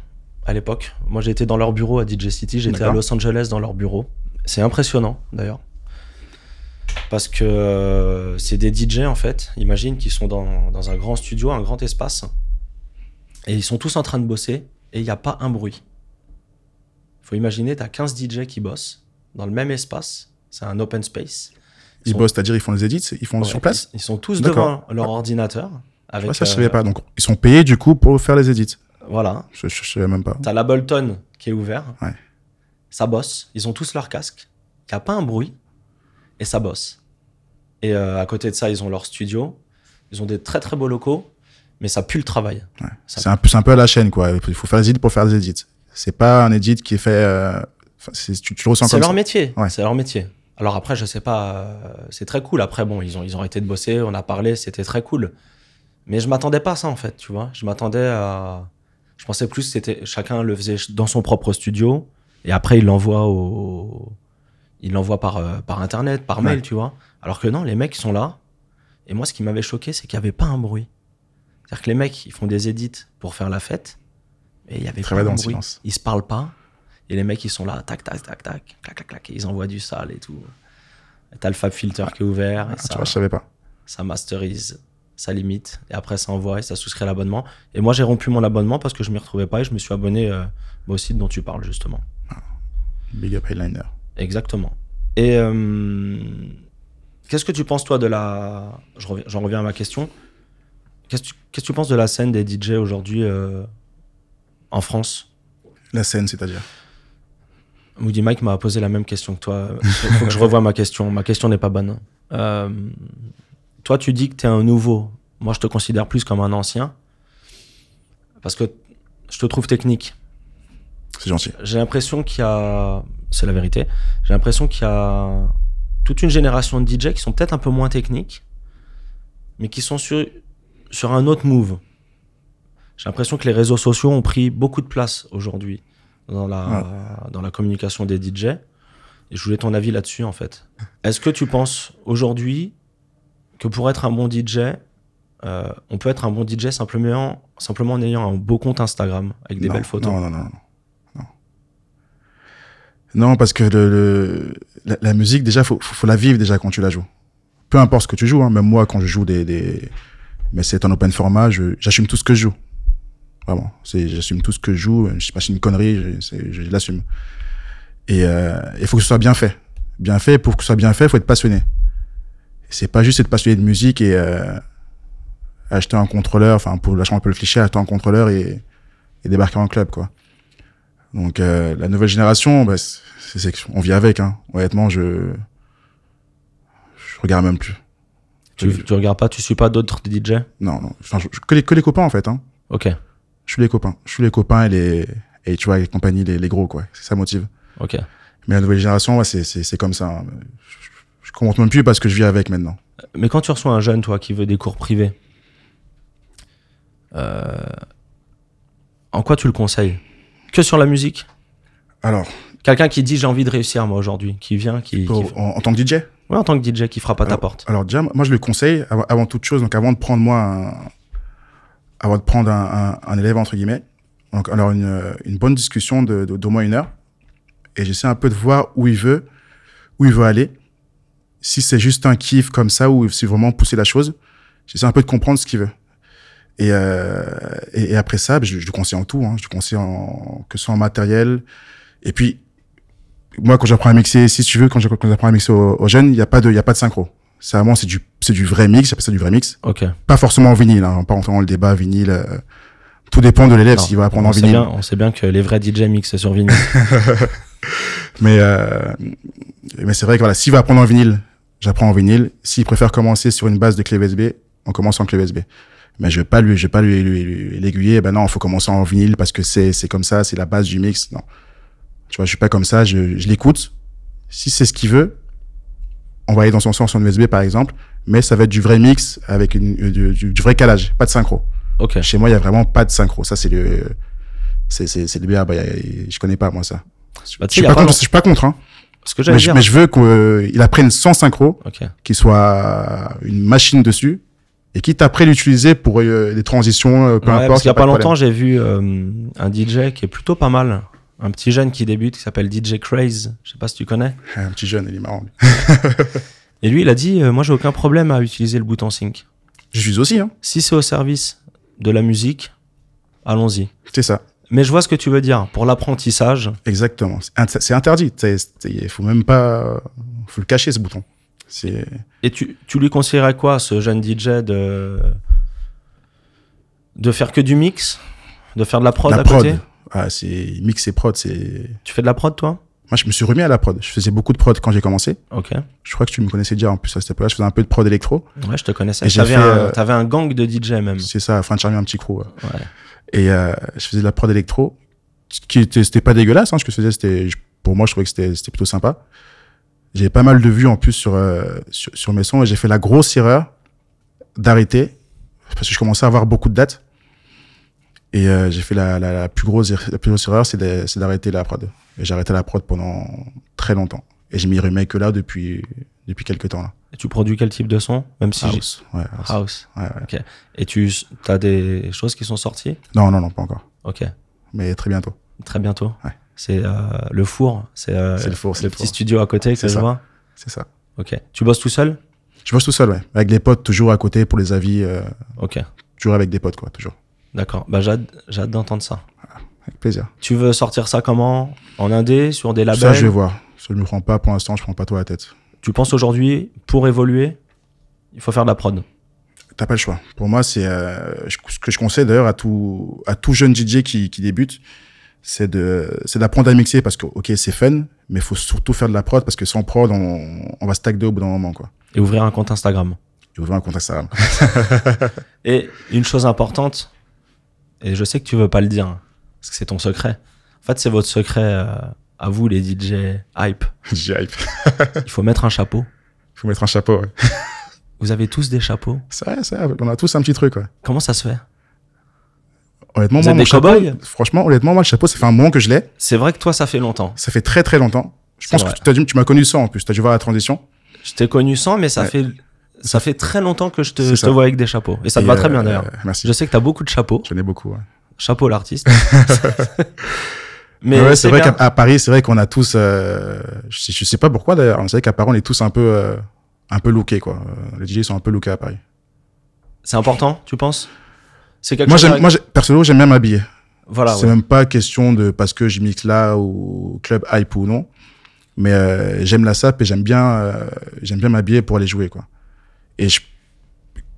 Speaker 1: à l'époque. Moi, j'étais dans leur bureau à DJ City. J'étais à
Speaker 2: D'accord.
Speaker 1: Los Angeles dans leur bureau. C'est impressionnant, d'ailleurs. Parce que euh, c'est des DJ, en fait, imagine, qui sont dans, dans un grand studio, un grand espace. Et ils sont tous en train de bosser. Et il n'y a pas un bruit. faut imaginer, tu as 15 DJ qui bossent dans le même espace. C'est un open space.
Speaker 2: Ils
Speaker 1: sont-
Speaker 2: bossent, c'est-à-dire ils font les edits, ils font
Speaker 1: Ouais,
Speaker 2: sur place.
Speaker 1: Ils, ils sont tous devant
Speaker 2: D'accord. Ah.
Speaker 1: leur ordinateur. Avec,
Speaker 2: Ouais, ça, je
Speaker 1: euh,
Speaker 2: savais pas. Donc, ils sont payés du coup pour faire les edits.
Speaker 1: Voilà.
Speaker 2: Je, je, je savais même pas.
Speaker 1: T'as la Bolton qui est ouvert.
Speaker 2: Ouais.
Speaker 1: Ça bosse. Ils ont tous leur casque. Il n'y a pas un bruit. Et ça bosse. Et euh, à côté de ça, ils ont leur studio. Ils ont des très très beaux locaux. Mais ça pue le travail. Ça-
Speaker 2: C'est un, peu- c'est un peu à la chaîne, quoi. Il faut faire les edits pour faire les edits. C'est pas un edit qui est fait. euh, enfin, c'est- tu, tu le ressens
Speaker 1: C'est
Speaker 2: comme
Speaker 1: leur
Speaker 2: ça.
Speaker 1: métier.
Speaker 2: Ouais.
Speaker 1: C'est leur métier. Alors après, je sais pas. euh, c'est très cool. Après, bon, ils ont, ils ont arrêté de bosser. On a parlé. C'était très cool. Mais je m'attendais pas à ça, en fait. Tu vois, je m'attendais à. Je pensais plus que c'était chacun le faisait dans son propre studio et après il l'envoie au. Il l'envoie par, euh, par internet, par mail,
Speaker 2: Ouais.
Speaker 1: tu vois. Alors que non, les mecs ils sont là. Et moi, ce qui m'avait choqué, c'est qu'il n'y avait pas un bruit. C'est-à-dire que les mecs, ils font des édits pour faire la fête, et il y avait
Speaker 2: Ils
Speaker 1: pas un
Speaker 2: travaillent dans le
Speaker 1: bruit.
Speaker 2: silence.
Speaker 1: Ils se parlent pas, et les mecs, ils sont là, tac, tac, tac, tac, clac, clac, clac, et ils envoient du sale et tout. Et T'as le Fab Filter qui est ouvert, et
Speaker 2: Ah, tu
Speaker 1: ça,
Speaker 2: vois, je savais pas.
Speaker 1: ça masterise, ça limite, et après ça envoie et ça souscrit à l'abonnement. Et moi, j'ai rompu mon abonnement parce que je m'y retrouvais pas et je me suis abonné euh, au site dont tu parles justement.
Speaker 2: Big Up Headliner.
Speaker 1: Exactement. Et euh, qu'est-ce que tu penses toi de la J'en reviens, j'en reviens à ma question. Qu'est-ce que tu- qu'est-ce que tu penses de la scène des DJ aujourd'hui euh, en France
Speaker 2: La scène, c'est-à-dire.
Speaker 1: Moody Mike m'a posé la même question que toi. Il faut que je revoie ma question. Ma question n'est pas bonne. Euh, toi, tu dis que tu es un nouveau. Moi, je te considère plus comme un ancien. Parce que je te trouve technique.
Speaker 2: C'est gentil.
Speaker 1: J'ai l'impression qu'il y a. C'est la vérité. J'ai l'impression qu'il y a toute une génération de DJ qui sont peut-être un peu moins techniques, mais qui sont sur, sur un autre move. J'ai l'impression que les réseaux sociaux ont pris beaucoup de place aujourd'hui dans la,
Speaker 2: Ah.
Speaker 1: dans la communication des DJ. Et je voulais ton avis là-dessus, en fait. Est-ce que tu penses aujourd'hui que pour être un bon DJ, euh, on peut être un bon DJ simplement, simplement en ayant un beau compte Instagram avec des
Speaker 2: non,
Speaker 1: belles photos
Speaker 2: Non, non, non, non. Non, Non, parce que le, le- la, la musique, déjà, faut, faut, faut la vivre déjà quand tu la joues. Peu importe ce que tu joues, hein, même moi, quand je joue des. des... Mais c'est en open format, je- j'assume tout ce que je joue. Vraiment. c'est- J'assume tout ce que je joue. Je sais pas, c'est une connerie, je, c'est- je l'assume. Et euh, il faut que ce soit bien fait. Bien fait, pour que ce soit bien fait, il faut être passionné. C'est pas juste être passionné de musique et euh, acheter un contrôleur, enfin, pour lâcher un peu le cliché, acheter un contrôleur et, et débarquer en club quoi. Donc euh, la nouvelle génération, bah, c'est- c'est c'est- on vit avec. Hein. Honnêtement, je je regarde même plus.
Speaker 1: Tu, tu regardes pas, tu suis pas d'autres DJ
Speaker 2: Non, non. Enfin, je, je- que, les, que les copains en fait. Hein.
Speaker 1: Ok,
Speaker 2: Je suis les copains. Je suis les copains et les et tu vois les compagnies, les, les gros quoi. C'est ça motive.
Speaker 1: ok.
Speaker 2: Mais la nouvelle génération, ouais, c'est c'est c'est comme ça. hein. Je, je- je commente même plus parce que je vis avec maintenant.
Speaker 1: Mais quand tu reçois un jeune, toi, qui veut des cours privés, euh, en quoi tu le conseilles Que sur la musique
Speaker 2: Alors,
Speaker 1: Quelqu'un qui dit j'ai envie de réussir moi aujourd'hui, qui vient, qui, qui-
Speaker 2: pour- Euh, en, en tant que DJ,
Speaker 1: Ouais, en tant que DJ, qui frappe à ta porte.
Speaker 2: Alors déjà, moi je le conseille avant, avant toute chose, donc avant de prendre moi, un, avant de prendre un, un- un élève entre guillemets, donc alors une, euh, une bonne discussion de de- d'au moins une heure, et j'essaie un peu de voir où il veut, où il veut aller, si c'est juste un kiff comme ça ou si vraiment pousser la chose, j'essaie un peu de comprendre ce qu'il veut. Et, euh, et, et après ça, ben, je, je le conseille en tout, hein, je le conseille en, que ce soit en matériel, et puis moi quand j'apprends à mixer, si tu veux, quand je- quand j'apprends à mixer aux, aux jeunes, il n'y a pas de, il y a pas de synchro. C'est vraiment c'est du c'est du vrai mix, j'appelle ça du vrai mix.
Speaker 1: Ok.
Speaker 2: Pas forcément en vinyle, hein, on va pas rentrer dans le débat vinyle. euh, tout dépend de l'élève
Speaker 1: Non,
Speaker 2: s'il va apprendre en
Speaker 1: on, sait
Speaker 2: vinyle.
Speaker 1: bien, on sait bien que les vrais DJ mixent sur
Speaker 2: [COUGHS]
Speaker 1: vinyle.
Speaker 2: Mais euh, mais c'est vrai que voilà, s'il va apprendre en vinyle, j'apprends en vinyle. S'il préfère commencer sur une base de clé USB, on commence en clé USB. Mais je vais pas lui, je vais pas lui lui- lui- l'aiguiller. Ben non, faut commencer en vinyle parce que c'est c'est comme ça, c'est la base du mix. Non, tu vois, je suis pas comme ça. Je, je l'écoute. Si c'est ce qu'il veut, on va aller dans son sens en USB par exemple. Mais ça va être du vrai mix avec une, euh, du, du- du vrai calage, pas de synchro.
Speaker 1: Ok.
Speaker 2: Chez moi, il y a vraiment pas de synchro. Ça, c'est le, c'est c'est c'est le BA. Bah, y a- je connais pas moi ça.
Speaker 1: Bah,
Speaker 2: je
Speaker 1: tu sais,
Speaker 2: suis
Speaker 1: y a
Speaker 2: pas
Speaker 1: pas
Speaker 2: contre.
Speaker 1: longtemps-
Speaker 2: Je suis pas contre. Hein.
Speaker 1: Ce que
Speaker 2: Mais
Speaker 1: j'allais
Speaker 2: je,
Speaker 1: dire.
Speaker 2: mais je veux qu'il apprenne sans synchro,
Speaker 1: Ok.
Speaker 2: qu'il soit euh, une machine dessus, et quitte après l'utiliser pour euh, des transitions, euh, peu
Speaker 1: Ouais,
Speaker 2: importe.
Speaker 1: parce qu'il y a
Speaker 2: y
Speaker 1: pas,
Speaker 2: de
Speaker 1: longtemps, j'ai vu euh, un DJ qui est plutôt pas mal. Un petit jeune qui débute, qui s'appelle DJ Craze. Je sais pas si tu connais.
Speaker 2: problème. Eh, Un petit jeune, il est marrant. lui.
Speaker 1: Et lui, il a dit euh, Moi, j'ai aucun problème à utiliser le bouton sync.
Speaker 2: Je suis aussi, hein.
Speaker 1: Si c'est au service de la musique, allons-y.
Speaker 2: C'est ça.
Speaker 1: Mais je vois ce que tu veux dire. Pour l'apprentissage,
Speaker 2: Exactement. C'est int- C'est interdit. C'est- c'est- Il faut même pas, euh, faut le cacher ce bouton. C'est
Speaker 1: et tu, tu lui conseillerais quoi, ce jeune DJ, de, de faire que du mix De faire de la prod
Speaker 2: la
Speaker 1: à côté
Speaker 2: prod. Ah, c'est mix et prod. C'est.
Speaker 1: Tu fais de la prod, toi
Speaker 2: Moi, je me suis remis à la prod. Je faisais beaucoup de prod quand j'ai commencé.
Speaker 1: Ok.
Speaker 2: Je crois que tu me connaissais déjà en plus à cette époque-là. Je faisais un peu de prod électro.
Speaker 1: Ouais, je te connaissais.
Speaker 2: Et j'ai
Speaker 1: T'avais
Speaker 2: fait,
Speaker 1: un,
Speaker 2: euh,
Speaker 1: t'avais un gang de DJ même.
Speaker 2: C'est ça, fin de charmer un petit crew. ouais.
Speaker 1: Ouais.
Speaker 2: Et euh, je faisais de la prod électro, ce qui était, c'était pas dégueulasse. Hein, ce que je faisais, c'était je- pour moi, je trouvais que c'était, c'était plutôt sympa. J'ai pas mal de vues en plus sur, euh, sur sur mes sons et j'ai fait la grosse erreur d'arrêter parce que je commençais à avoir beaucoup de dates. Et euh, j'ai fait la, la, la plus grosse er- la plus grosse erreur, c'est, de- c'est d'arrêter la prod. Et j'ai arrêté la prod pendant très longtemps. Et je m'y remets que là depuis depuis quelques temps là.
Speaker 1: Et tu produis quel type de son Même si j'ai- Ah.
Speaker 2: House. Ouais, house.
Speaker 1: House.
Speaker 2: Ouais, ouais.
Speaker 1: Et tu as des choses qui sont sorties
Speaker 2: Non non non pas encore,
Speaker 1: Ok.
Speaker 2: mais très bientôt.
Speaker 1: Très bientôt.
Speaker 2: Ouais.
Speaker 1: C'est euh, le four. C'est euh,
Speaker 2: C'est le four, c'est
Speaker 1: le
Speaker 2: le
Speaker 1: petit
Speaker 2: four.
Speaker 1: studio à côté que
Speaker 2: C'est
Speaker 1: je
Speaker 2: ça.
Speaker 1: vois.
Speaker 2: C'est ça.
Speaker 1: Ok. Tu bosses tout seul
Speaker 2: Je bosse tout seul, ouais. Avec des potes, toujours à côté pour les avis, euh,
Speaker 1: Ok.
Speaker 2: toujours avec des potes, quoi, toujours.
Speaker 1: D'accord. Bah, j'ai hâte j'ai hâte d'entendre ça.
Speaker 2: Avec plaisir.
Speaker 1: Tu veux sortir ça comment En indé, sur des labels
Speaker 2: ça, je vais voir. Ça, je me prends pas, pour l'instant, je prends pas toi la tête.
Speaker 1: Tu penses aujourd'hui, pour évoluer, il faut faire de la prod.
Speaker 2: t'as pas le choix. Pour moi, c'est euh, je- ce que je conseille d'ailleurs à tout à tout jeune DJ qui, qui débute, c'est de c'est d'apprendre à mixer parce que ok c'est fun, mais faut surtout faire de la prod parce que sans prod on, on va se tagder au bout d'un moment quoi.
Speaker 1: et ouvrir un compte Instagram.
Speaker 2: Et ouvrir un contact Instagram.
Speaker 1: Et une chose importante, et je sais que tu veux pas le dire, hein, parce que c'est ton secret. En fait, c'est votre secret euh, à vous, les DJ hype.
Speaker 2: [LAUGHS] J'ai hype.
Speaker 1: Il faut mettre un chapeau.
Speaker 2: Faut mettre un chapeau. Ouais.
Speaker 1: Vous avez tous des chapeaux.
Speaker 2: C'est vrai, c'est vrai. On a tous un petit truc quoi.
Speaker 1: Comment ça se fait
Speaker 2: Honnêtement,
Speaker 1: Vous
Speaker 2: moi,
Speaker 1: êtes
Speaker 2: mon
Speaker 1: des
Speaker 2: chapeau,
Speaker 1: cow-boys
Speaker 2: franchement, honnêtement, moi, le chapeau, ça fait un moment que je l'ai.
Speaker 1: C'est vrai que toi, ça fait longtemps.
Speaker 2: Ça fait très, très longtemps. Je
Speaker 1: C'est
Speaker 2: pense
Speaker 1: vrai.
Speaker 2: que tu t'as dû- tu m'as connu sans, en plus. T'as dû voir la transition.
Speaker 1: Je t'ai connu sans, mais ça
Speaker 2: Ouais.
Speaker 1: fait ça fait très longtemps que je te,
Speaker 2: C'est
Speaker 1: je te
Speaker 2: ça.
Speaker 1: vois avec des chapeaux. Et ça te
Speaker 2: Et,
Speaker 1: va très
Speaker 2: euh,
Speaker 1: bien d'ailleurs.
Speaker 2: euh, merci.
Speaker 1: Je sais que t'as beaucoup de chapeaux.
Speaker 2: J'en ai beaucoup. ouais.
Speaker 1: Chapeau l'artiste.
Speaker 2: [LAUGHS] Mais
Speaker 1: mais
Speaker 2: ouais, c'est vrai
Speaker 1: bien.
Speaker 2: qu'à à Paris, c'est vrai qu'on a tous, euh, je, sais, je sais pas pourquoi d'ailleurs, c'est vrai qu'à Paris, on est tous un peu, euh, un peu lookés, quoi. Euh, Les DJ sont un peu lookés à Paris.
Speaker 1: c'est important, tu penses C'est quelque
Speaker 2: Moi,
Speaker 1: chose.
Speaker 2: j'aime,
Speaker 1: avec-
Speaker 2: moi, j'ai- perso, j'aime bien m'habiller.
Speaker 1: Voilà.
Speaker 2: c'est
Speaker 1: ouais.
Speaker 2: même pas question de parce que je mixe là ou club hype ou non. Mais euh, j'aime la sape et j'aime bien, euh, j'aime bien m'habiller pour aller jouer, quoi. Et je,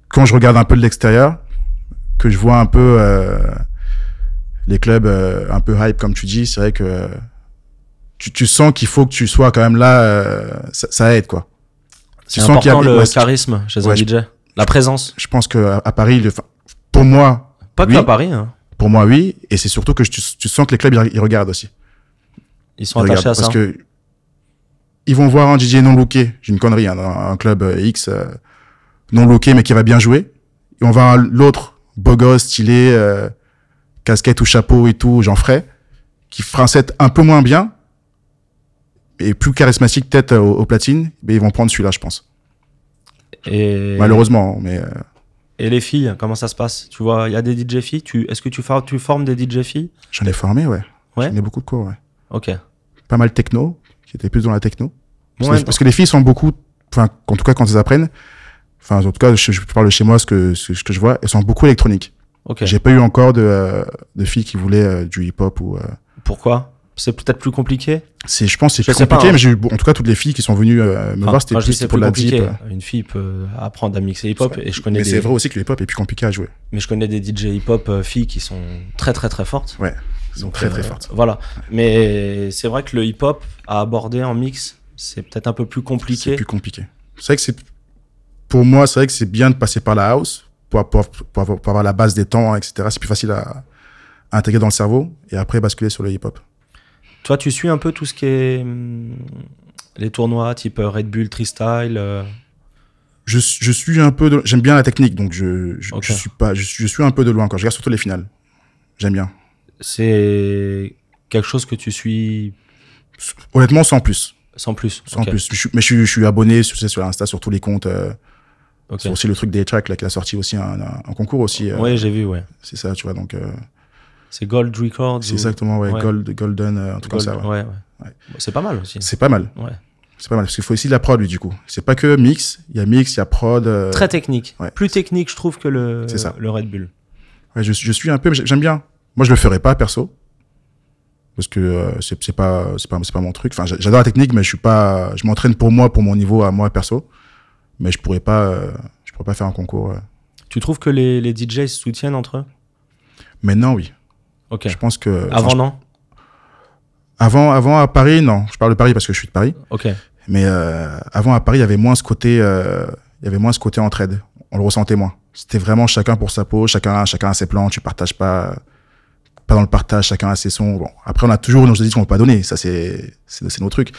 Speaker 2: quand je regarde un peu de l'extérieur, que je vois un peu euh, les clubs euh, un peu hype, comme tu dis, c'est vrai que tu, tu sens qu'il faut que tu sois quand même là, euh, ça, ça aide, quoi.
Speaker 1: C'est
Speaker 2: tu sens qu'il y a-
Speaker 1: important le
Speaker 2: ouais, c'est-
Speaker 1: charisme chez un
Speaker 2: Ouais, je-
Speaker 1: DJ. La présence.
Speaker 2: Je pense que à, à Paris, le, enfin, pour moi,
Speaker 1: Pas que
Speaker 2: Oui.
Speaker 1: à Paris. hein.
Speaker 2: pour moi, oui. Et c'est surtout que je- tu, tu sens que les clubs, ils- ils regardent aussi.
Speaker 1: Ils sont
Speaker 2: Regarde,
Speaker 1: attachés à ça.
Speaker 2: parce que ils vont voir un DJ non looké, j'ai une connerie, hein, un, un club euh, X euh, non looké mais qui va bien jouer. Et on va voir l'autre beau gosse, stylé, euh, casquette ou chapeau et tout, j'en ferai, qui fera un set un peu moins bien et plus charismatique peut-être euh, au, au platine, mais ils vont prendre celui-là, je pense.
Speaker 1: Et...
Speaker 2: Malheureusement, mais euh,
Speaker 1: et les filles, comment ça se passe Tu vois, il y a des DJ filles. Tu... Est-ce que tu, for- tu formes des DJ filles
Speaker 2: j'en ai formé, ouais.
Speaker 1: Ouais.
Speaker 2: J'en ai beaucoup de cours, ouais.
Speaker 1: Ok.
Speaker 2: Pas mal techno, qui était plus dans la techno. Parce,
Speaker 1: Ouais,
Speaker 2: que, parce que les filles sont beaucoup, enfin, en tout cas quand elles apprennent, enfin, en tout cas, je, je parle de chez moi, ce que, ce que je vois, elles sont beaucoup électroniques.
Speaker 1: ok.
Speaker 2: J'ai pas eu encore de, euh, de filles qui voulaient euh, du hip-hop ou. euh,
Speaker 1: Pourquoi C'est peut-être plus compliqué.
Speaker 2: C'est, je pense, que c'est
Speaker 1: Je
Speaker 2: plus
Speaker 1: sais pas,
Speaker 2: compliqué,
Speaker 1: hein.
Speaker 2: mais j'ai eu, en tout cas, toutes les filles qui sont venues euh, me
Speaker 1: Enfin,
Speaker 2: voir, c'était
Speaker 1: moi, je dis
Speaker 2: plus
Speaker 1: c'est
Speaker 2: pour
Speaker 1: plus
Speaker 2: la deep.
Speaker 1: compliqué.
Speaker 2: euh.
Speaker 1: Une fille peut apprendre à mixer hip-hop et je connais
Speaker 2: mais
Speaker 1: des
Speaker 2: c'est vrai aussi que le hip-hop est plus compliqué à jouer.
Speaker 1: mais je connais des DJ hip-hop euh, filles qui sont très très très fortes.
Speaker 2: Ils sont très
Speaker 1: Euh,
Speaker 2: très fortes.
Speaker 1: Voilà. Mais c'est vrai que le hip-hop à aborder en mix, c'est peut-être un peu plus
Speaker 2: C'est
Speaker 1: compliqué.
Speaker 2: plus compliqué. C'est vrai que c'est, pour moi, c'est vrai que c'est bien de passer par la house pour, pour, pour avoir, pour avoir la base des temps, etc. C'est plus facile à, à intégrer dans le cerveau et après basculer sur le hip-hop.
Speaker 1: Toi, tu suis un peu tout ce qui est hum, les tournois type euh, Red Bull, Tristyle. euh,
Speaker 2: je, je suis un peu de- j'aime bien la technique donc je je,
Speaker 1: Ok.
Speaker 2: je suis pas je, suis- je suis un peu de loin quand je regarde surtout les finales j'aime bien
Speaker 1: c'est quelque chose que tu suis
Speaker 2: honnêtement sans plus
Speaker 1: sans plus.
Speaker 2: sans
Speaker 1: Ok,
Speaker 2: plus je, suis- mais je, suis- je suis abonné sur, sur Insta sur tous les comptes euh,
Speaker 1: ok.
Speaker 2: sur aussi le truc des tracks là qui a sorti aussi un, un- un concours aussi euh,
Speaker 1: Ouais, j'ai vu, ouais.
Speaker 2: c'est ça tu vois donc euh,
Speaker 1: C'est Gold Records.
Speaker 2: c'est
Speaker 1: ou-
Speaker 2: exactement ouais,
Speaker 1: ouais.
Speaker 2: gold golden euh, un truc
Speaker 1: Gold-
Speaker 2: comme ça ouais.
Speaker 1: ouais, ouais. Bon, C'est pas mal aussi.
Speaker 2: c'est pas mal
Speaker 1: Ouais.
Speaker 2: c'est pas mal parce qu'il faut aussi de la prod lui du coup c'est pas que mix il y a mix il y a prod euh,
Speaker 1: Très technique.
Speaker 2: ouais.
Speaker 1: Plus technique, je trouve, que le,
Speaker 2: C'est ça.
Speaker 1: le Red Bull.
Speaker 2: Ouais, je, suis- je suis un peu, mais j'ai- j'aime bien. Moi, je le ferais pas perso, parce que euh, c'est c'est pas, c'est pas, c'est pas mon truc. Enfin, j'a- j'adore la technique, mais je suis pas, je m'entraîne pour moi, pour mon niveau à moi perso, mais je pourrais pas, euh, je pourrais pas faire un concours. euh.
Speaker 1: Tu trouves que les, les DJ se soutiennent entre eux
Speaker 2: Maintenant, oui.
Speaker 1: Ok.
Speaker 2: Je euh, pense que enfin,
Speaker 1: Avant,
Speaker 2: je-
Speaker 1: non
Speaker 2: avant, avant à Paris, non. Je parle de Paris parce que je suis de Paris,
Speaker 1: Ok.
Speaker 2: mais euh, avant à Paris, il y avait moins ce côté, euh, il y avait moins ce côté entraide. On le ressentait moins. C'était vraiment chacun pour sa peau, chacun, chacun a ses plans. Tu partages pas. pas dans le partage, chacun a ses sons. Bon, après, on a toujours nos choses qu'on ne pas donner, ça c'est c'est c'est nos trucs.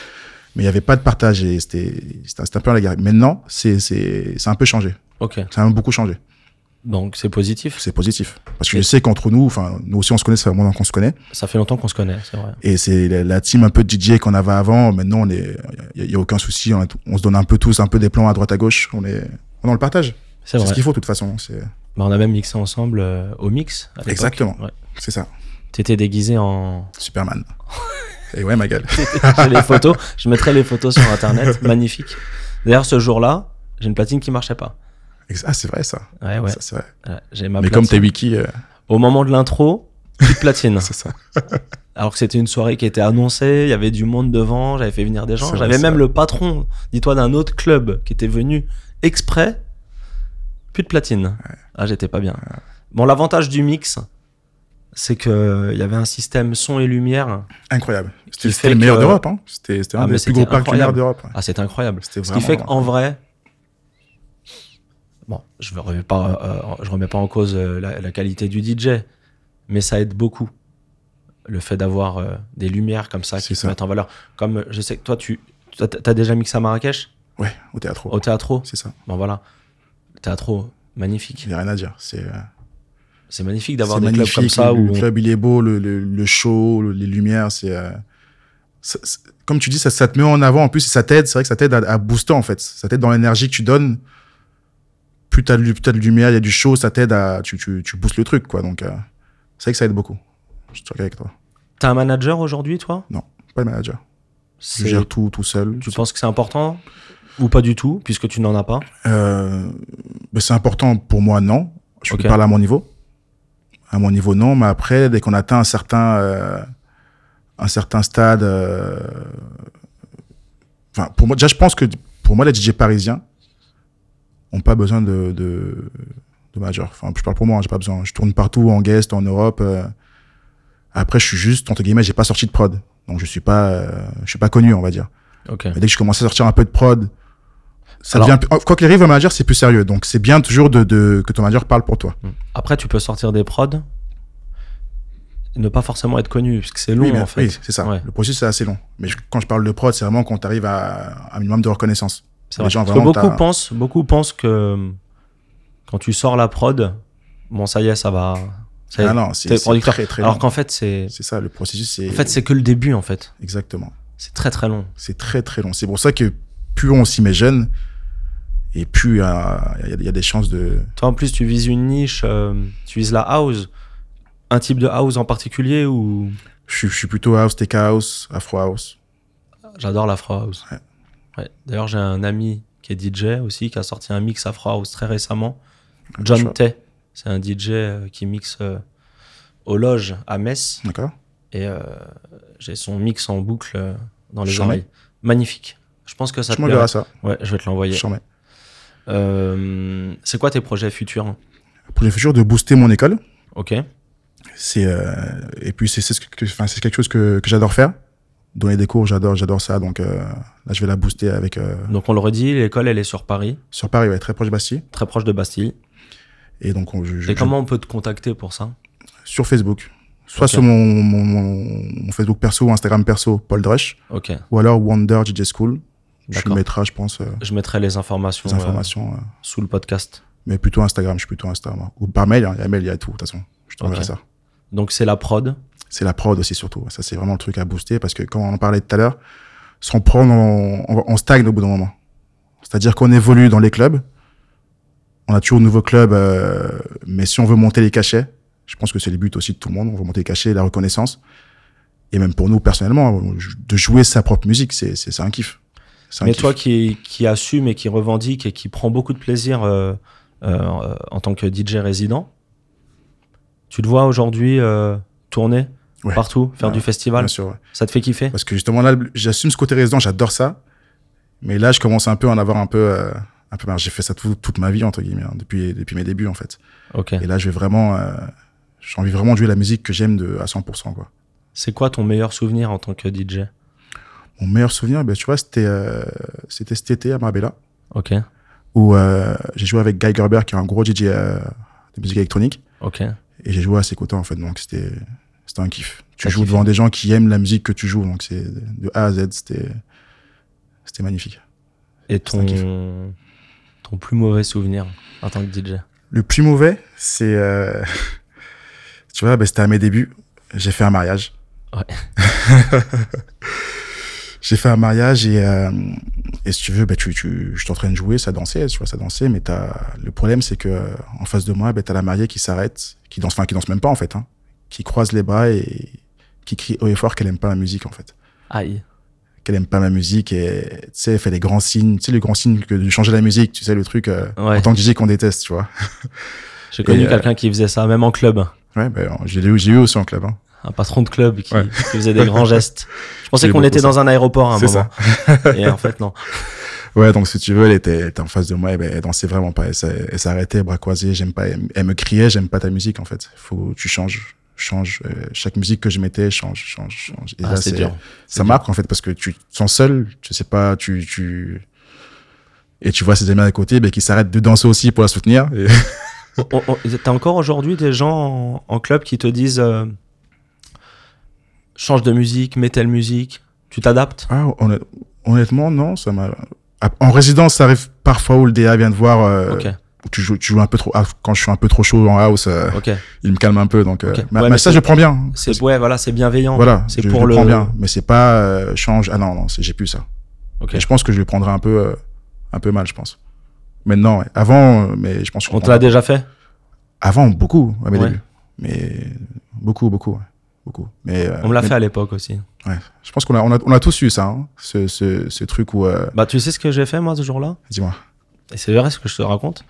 Speaker 2: Mais il n'y avait pas de partage et c'était c'était c'était un peu à la guerre. Maintenant, c'est c'est c'est un peu changé.
Speaker 1: Ok.
Speaker 2: Ça a beaucoup changé.
Speaker 1: Donc, c'est positif.
Speaker 2: C'est positif parce que
Speaker 1: Et-
Speaker 2: je sais qu'entre nous, enfin nous aussi on se connaît, ça fait moins qu'on se connaît.
Speaker 1: Ça fait longtemps qu'on se connaît, c'est vrai.
Speaker 2: Et c'est la, la team un peu DJ qu'on avait avant. Maintenant, on est il y, a aucun souci. On, est- on se donne un peu tous un peu des plans à droite à gauche. On est on est dans le partage.
Speaker 1: C'est
Speaker 2: C'est
Speaker 1: vrai.
Speaker 2: ce qu'il faut de toute façon. C'est
Speaker 1: Bah, on a même mixé ensemble euh, au mix. à l'époque.
Speaker 2: Exactement.
Speaker 1: Ouais.
Speaker 2: c'est ça.
Speaker 1: T'étais déguisé en. [LAUGHS]
Speaker 2: Superman. [LAUGHS] et ouais, ma gueule.
Speaker 1: J'ai les photos. Je mettrai les photos sur
Speaker 2: [LAUGHS]
Speaker 1: internet. Magnifique. D'ailleurs, ce jour-là, j'ai une platine qui marchait pas.
Speaker 2: Ah, c'est vrai ça.
Speaker 1: Ouais, ouais. Ah,
Speaker 2: Ça, c'est vrai.
Speaker 1: Ouais, J'ai ma
Speaker 2: Mais
Speaker 1: platine.
Speaker 2: comme tes wiki, euh,
Speaker 1: Au moment de l'intro, plus de platine.
Speaker 2: c'est ça.
Speaker 1: Alors que c'était une soirée qui était annoncée, il y avait du monde devant, j'avais fait venir des gens.
Speaker 2: C'est vrai,
Speaker 1: J'avais
Speaker 2: c'est
Speaker 1: même
Speaker 2: vrai.
Speaker 1: le patron, dis-toi, d'un autre club qui était venu exprès Plus de platine. Ah, j'étais pas bien. Bon, l'avantage du mix, c'est que euh, il y avait un système son et lumière.
Speaker 2: Incroyable.
Speaker 1: Qui
Speaker 2: C'était
Speaker 1: fait
Speaker 2: c'était le meilleur
Speaker 1: que- euh,
Speaker 2: d'Europe. Hein. C'était c'était
Speaker 1: Ah,
Speaker 2: un
Speaker 1: mais
Speaker 2: des
Speaker 1: c'était
Speaker 2: plus gros parcs lunaires
Speaker 1: incroyable.
Speaker 2: d'Europe. ouais.
Speaker 1: Ah, c'est incroyable.
Speaker 2: C'était
Speaker 1: Ce qui
Speaker 2: vraiment-
Speaker 1: fait qu'en vrai, bon, je ne remets, pas, euh, je remets pas en cause euh, la, la qualité du DJ, mais ça aide beaucoup le fait d'avoir euh, des lumières comme ça qui
Speaker 2: C'est
Speaker 1: se
Speaker 2: ça.
Speaker 1: mettent en valeur. Comme euh, je sais que toi, tu as déjà mixé à Marrakech,
Speaker 2: Ouais, au théâtre.
Speaker 1: au théâtre.
Speaker 2: C'est ça.
Speaker 1: Bon, voilà. Théâtre, magnifique.
Speaker 2: Il n'y a rien à dire. C'est euh,
Speaker 1: C'est magnifique d'avoir
Speaker 2: c'est
Speaker 1: des clubs
Speaker 2: magnifique.
Speaker 1: comme ça
Speaker 2: le,
Speaker 1: où.
Speaker 2: le
Speaker 1: on-
Speaker 2: club il est beau, le, le- le show, le- les lumières, c'est euh, ça- c'est- comme tu dis, ça, ça te met en avant. En plus, ça t'aide. C'est vrai que ça t'aide à, à booster en fait. Ça t'aide dans l'énergie que tu donnes. Plus t'as de, lu- plus t'as de lumière, il y a du show, ça t'aide à tu, tu, tu boostes le truc quoi. Donc euh, c'est vrai que ça aide beaucoup. Je suis d'accord avec toi.
Speaker 1: T'as un manager aujourd'hui, toi
Speaker 2: Pas de manager. Je
Speaker 1: C'est-
Speaker 2: gère tout tout seul.
Speaker 1: Tu penses que c'est important ou pas du tout, puisque tu n'en as pas
Speaker 2: Euh, ben, c'est important pour moi, non. Je
Speaker 1: Ok.
Speaker 2: peux parler à mon niveau. À mon niveau, non. Mais après, dès qu'on atteint un certain, euh, un certain stade, euh, enfin, pour moi, déjà, je pense que pour moi, les DJ parisiens n'ont pas besoin de, de, de manager. Enfin, je parle pour moi, hein, j'ai pas besoin. Je tourne partout, en guest, en Europe. euh. Après, je suis juste, entre guillemets, j'ai pas sorti de prod. Donc, je suis pas, euh, je suis pas connu, on va dire.
Speaker 1: Ok.
Speaker 2: Mais dès que je commence à sortir un peu de prod, ça
Speaker 1: Alors-
Speaker 2: devient un peu- oh, quoi que les rives, un manager, c'est plus sérieux. Donc, c'est bien toujours de, de- que ton manager parle pour toi.
Speaker 1: Après, tu peux sortir des prods, et ne pas forcément être connu, parce que c'est long
Speaker 2: oui, mais-
Speaker 1: en fait.
Speaker 2: oui, c'est ça.
Speaker 1: Ouais.
Speaker 2: Le processus, c'est assez long. Mais je- quand je parle de prod, c'est vraiment quand tu arrives à un minimum de reconnaissance.
Speaker 1: C'est
Speaker 2: les
Speaker 1: vrai.
Speaker 2: gens,
Speaker 1: Parce que
Speaker 2: vraiment,
Speaker 1: beaucoup
Speaker 2: t'as-
Speaker 1: pensent, beaucoup pensent que quand tu sors la prod, bon, ça y est, ça va. ça y est.
Speaker 2: Ah non, c'est
Speaker 1: t'es
Speaker 2: c'est
Speaker 1: producteur.
Speaker 2: très, très long.
Speaker 1: Alors qu'en fait, c'est
Speaker 2: C'est ça, le processus, c'est.
Speaker 1: en fait, c'est que le début en fait.
Speaker 2: Exactement.
Speaker 1: C'est très très long.
Speaker 2: C'est très, très long. C'est pour ça que plus on s'y met jeune, et plus euh, il y, a- il y a des chances de.
Speaker 1: Toi, en plus, tu vises une niche, euh, tu vises la house, un type de house en particulier ou
Speaker 2: Je, suis- je suis plutôt house, tech house, afro house.
Speaker 1: J'adore l'Afro House.
Speaker 2: Ouais.
Speaker 1: Ouais. D'ailleurs, j'ai un ami qui est DJ aussi, qui a sorti un mix Afro House très récemment. John
Speaker 2: sure.
Speaker 1: Tay. C'est un DJ euh, qui mixe euh, aux loges à Metz.
Speaker 2: D'accord
Speaker 1: Et euh, j'ai son mix en boucle euh, dans les
Speaker 2: Charmé.
Speaker 1: oreilles. Magnifique. Je pense que ça
Speaker 2: Je
Speaker 1: te plairait.
Speaker 2: m'enverrai ça.
Speaker 1: Ouais, je vais te l'envoyer.
Speaker 2: Je m'en mets.
Speaker 1: Euh, c'est quoi tes projets futurs
Speaker 2: Projet futur de booster mon école.
Speaker 1: Ok.
Speaker 2: c'est euh, et puis c'est c'est ce que- enfin c'est quelque chose que, que j'adore faire donner des cours j'adore j'adore ça donc euh, là je vais la booster avec euh,
Speaker 1: Donc, on le redit, l'école, elle est sur Paris,
Speaker 2: sur Paris ouais, très proche de Bastille
Speaker 1: très proche de Bastille.
Speaker 2: et donc on- je, je-
Speaker 1: Et comment on peut te contacter pour ça
Speaker 2: sur Facebook soit
Speaker 1: Ok.
Speaker 2: sur mon, mon, mon- mon Facebook perso ou Instagram perso Paul Drush
Speaker 1: Ok,
Speaker 2: ou alors Wonder DJ School je
Speaker 1: d'accord.
Speaker 2: mettrai je pense euh,
Speaker 1: Je mettrai les informations,
Speaker 2: les
Speaker 1: euh,
Speaker 2: informations euh,
Speaker 1: sous le podcast.
Speaker 2: mais plutôt Instagram je suis plutôt Instagram hein. ou par mail hein. il y a mail il y a tout de toute façon je t'enverrai
Speaker 1: Ok.
Speaker 2: ça
Speaker 1: Donc c'est la prod.
Speaker 2: c'est la prod aussi surtout ça c'est vraiment le truc à booster parce que comme on en parlait tout à l'heure sans prod on, on, on stagne au bout d'un moment c'est-à-dire qu'on évolue dans les clubs on a toujours de nouveaux clubs euh, mais si on veut monter les cachets je pense que c'est le but aussi de tout le monde on veut monter les cachets la reconnaissance et même pour nous personnellement de jouer sa propre musique c'est c'est c'est un kiff C'est un
Speaker 1: Mais
Speaker 2: kiff.
Speaker 1: toi qui, qui assume et qui revendique et qui prend beaucoup de plaisir euh, euh, en tant que DJ résident, tu te vois aujourd'hui euh, tourner
Speaker 2: Ouais.
Speaker 1: partout, faire
Speaker 2: Ouais,
Speaker 1: du festival,
Speaker 2: bien sûr ouais.
Speaker 1: ça te fait kiffer
Speaker 2: parce que justement là j'assume ce côté résident j'adore ça mais là je commence un peu à en avoir un peu euh, un peu marre j'ai fait ça tout- toute ma vie entre guillemets hein, depuis depuis mes débuts en fait
Speaker 1: Ok.
Speaker 2: Et là, je vais vraiment, euh, j'ai envie vraiment de jouer la musique que j'aime de à 100%. Quoi.
Speaker 1: C'est quoi ton meilleur souvenir en tant que DJ
Speaker 2: Mon meilleur souvenir, ben, tu vois, c'était, euh, c'était cet été à Marbella,
Speaker 1: Ok,
Speaker 2: où euh, j'ai joué avec Guy Gerber, qui est un gros DJ euh, de musique électronique,
Speaker 1: ok.
Speaker 2: et j'ai joué à ses côtés en fait. Donc c'était, c'était un kiff. Tu
Speaker 1: T'as
Speaker 2: joues
Speaker 1: kiffé.
Speaker 2: devant des gens qui aiment la musique que tu joues, donc c'est de A à Z, c'était, c'était magnifique.
Speaker 1: Et
Speaker 2: C'est un kiff.
Speaker 1: ton, ton plus mauvais souvenir en tant que DJ
Speaker 2: Le plus mauvais, c'est, euh, [LAUGHS] tu vois, ben, c'était à mes débuts. J'ai fait un mariage.
Speaker 1: Ouais.
Speaker 2: [LAUGHS] j'ai fait un mariage et, euh, et si tu veux, ben, tu, tu, je t'entraîne jouer, ça dansait, tu vois, ça dansait. Mais as, le problème, c'est que euh, en face de moi, ben, t'as la mariée qui s'arrête, qui danse, enfin, qui danse même pas en fait, hein, qui croise les bras et qui crie haut et fort qu'elle aime pas ma musique en fait,
Speaker 1: Aïe.
Speaker 2: qu'elle aime pas ma musique et tu sais, elle fait des grands signes, tu sais, les grands signes que de changer la musique, tu sais, le truc euh,
Speaker 1: Ouais,
Speaker 2: en tant que DJ qu'on déteste, tu vois.
Speaker 1: j'ai connu
Speaker 2: euh,
Speaker 1: quelqu'un qui faisait ça, même en club. hein.
Speaker 2: Ouais, ben, j'ai eu, j'ai eu aussi en club. Hein.
Speaker 1: un patron de club qui,
Speaker 2: Ouais.
Speaker 1: qui
Speaker 2: [LAUGHS]
Speaker 1: faisait des grands gestes. Je pensais
Speaker 2: C'est
Speaker 1: qu'on
Speaker 2: beaucoup
Speaker 1: était
Speaker 2: ça.
Speaker 1: dans un aéroport à un
Speaker 2: C'est
Speaker 1: moment. Et en fait, non.
Speaker 2: Ouais, donc si tu veux, elle était, elle était en face de moi, et ben, elle dansait vraiment pas. Elle, s'est- elle s'arrêtait, bras croisés, j'aime pas. Elle, me- elle me criait, j'aime pas ta musique en fait. Faut, tu changes, change. euh, chaque musique que je mettais, change, change, change. Et
Speaker 1: Ah,
Speaker 2: là,
Speaker 1: c'est
Speaker 2: c'est-
Speaker 1: dur.
Speaker 2: Ça marque en fait parce que tu te sens seul, tu sais pas, tu, tu et tu vois ses amis à côté, ben qui s'arrêtent de danser aussi pour la soutenir. Et- [LAUGHS]
Speaker 1: On- on- T'as encore aujourd'hui des gens en, en club qui te disent euh, change de musique, mets telle musique, tu t'adaptes.
Speaker 2: Ah, honn- honnêtement, non, ça m'a. Ah, En résidence, ça arrive parfois où le DA vient de voir. euh,
Speaker 1: ok,
Speaker 2: où tu joues, tu joues un peu trop. ah, quand je suis un peu trop chaud en house, euh,
Speaker 1: ok.
Speaker 2: il me calme un peu. Donc, euh,
Speaker 1: Ok.
Speaker 2: mais,
Speaker 1: Ouais,
Speaker 2: mais
Speaker 1: mais
Speaker 2: ça,
Speaker 1: c'est-
Speaker 2: je prends bien.
Speaker 1: C'est ouais, voilà, c'est bienveillant.
Speaker 2: Voilà,
Speaker 1: c'est
Speaker 2: je,
Speaker 1: pour
Speaker 2: je
Speaker 1: le-
Speaker 2: prends bien. Mais c'est pas euh, change. Ah non, non, c'est- j'ai plus ça.
Speaker 1: Ok.
Speaker 2: Et je pense que je le prendrai un peu, euh, un peu mal, je pense. Maintenant, ouais. avant, euh, mais je pense que
Speaker 1: On te l'a déjà fait.
Speaker 2: Euh, avant beaucoup à mes
Speaker 1: Ouais.
Speaker 2: débuts, mais beaucoup, beaucoup, ouais. beaucoup. Mais euh,
Speaker 1: On me l'a
Speaker 2: mais-
Speaker 1: fait à l'époque aussi.
Speaker 2: ouais. Je pense qu'on a, on a, on a tous eu ça, hein, ce, ce, ce truc où. euh,
Speaker 1: Bah, tu sais ce que j'ai fait moi ce jour-là
Speaker 2: Dis-moi.
Speaker 1: Et c'est vrai ce que je te raconte.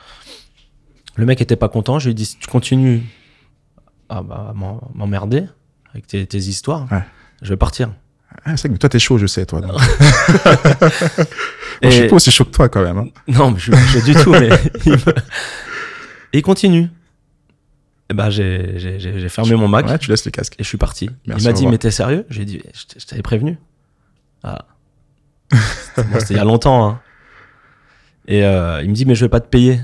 Speaker 1: Le mec était pas content. Je lui ai dit si tu continues à bah, à m'en- m'emmerder avec tes, tes histoires,
Speaker 2: Ouais.
Speaker 1: je vais partir.
Speaker 2: Ah, c'est vrai que toi, t'es chaud,
Speaker 1: [LAUGHS]
Speaker 2: je sais, toi. donc.
Speaker 1: Et-
Speaker 2: Je suis pas aussi chaud que toi, quand même. hein.
Speaker 1: Non, mais je suis pas chaud du tout,
Speaker 2: [LAUGHS]
Speaker 1: mais il, me- Et il continue. Et ben, j'ai- j'ai j'ai- j'ai fermé mon Mac
Speaker 2: Ouais, tu laisses le casque.
Speaker 1: et je suis parti.
Speaker 2: Merci,
Speaker 1: il m'a
Speaker 2: au
Speaker 1: dit,
Speaker 2: revoir.
Speaker 1: mais t'es sérieux J'ai dit, je t- je t'avais prévenu.
Speaker 2: [LAUGHS]
Speaker 1: Ah. C'était bon, c'était il y a longtemps. hein. Et euh, il me dit, mais je vais pas te payer.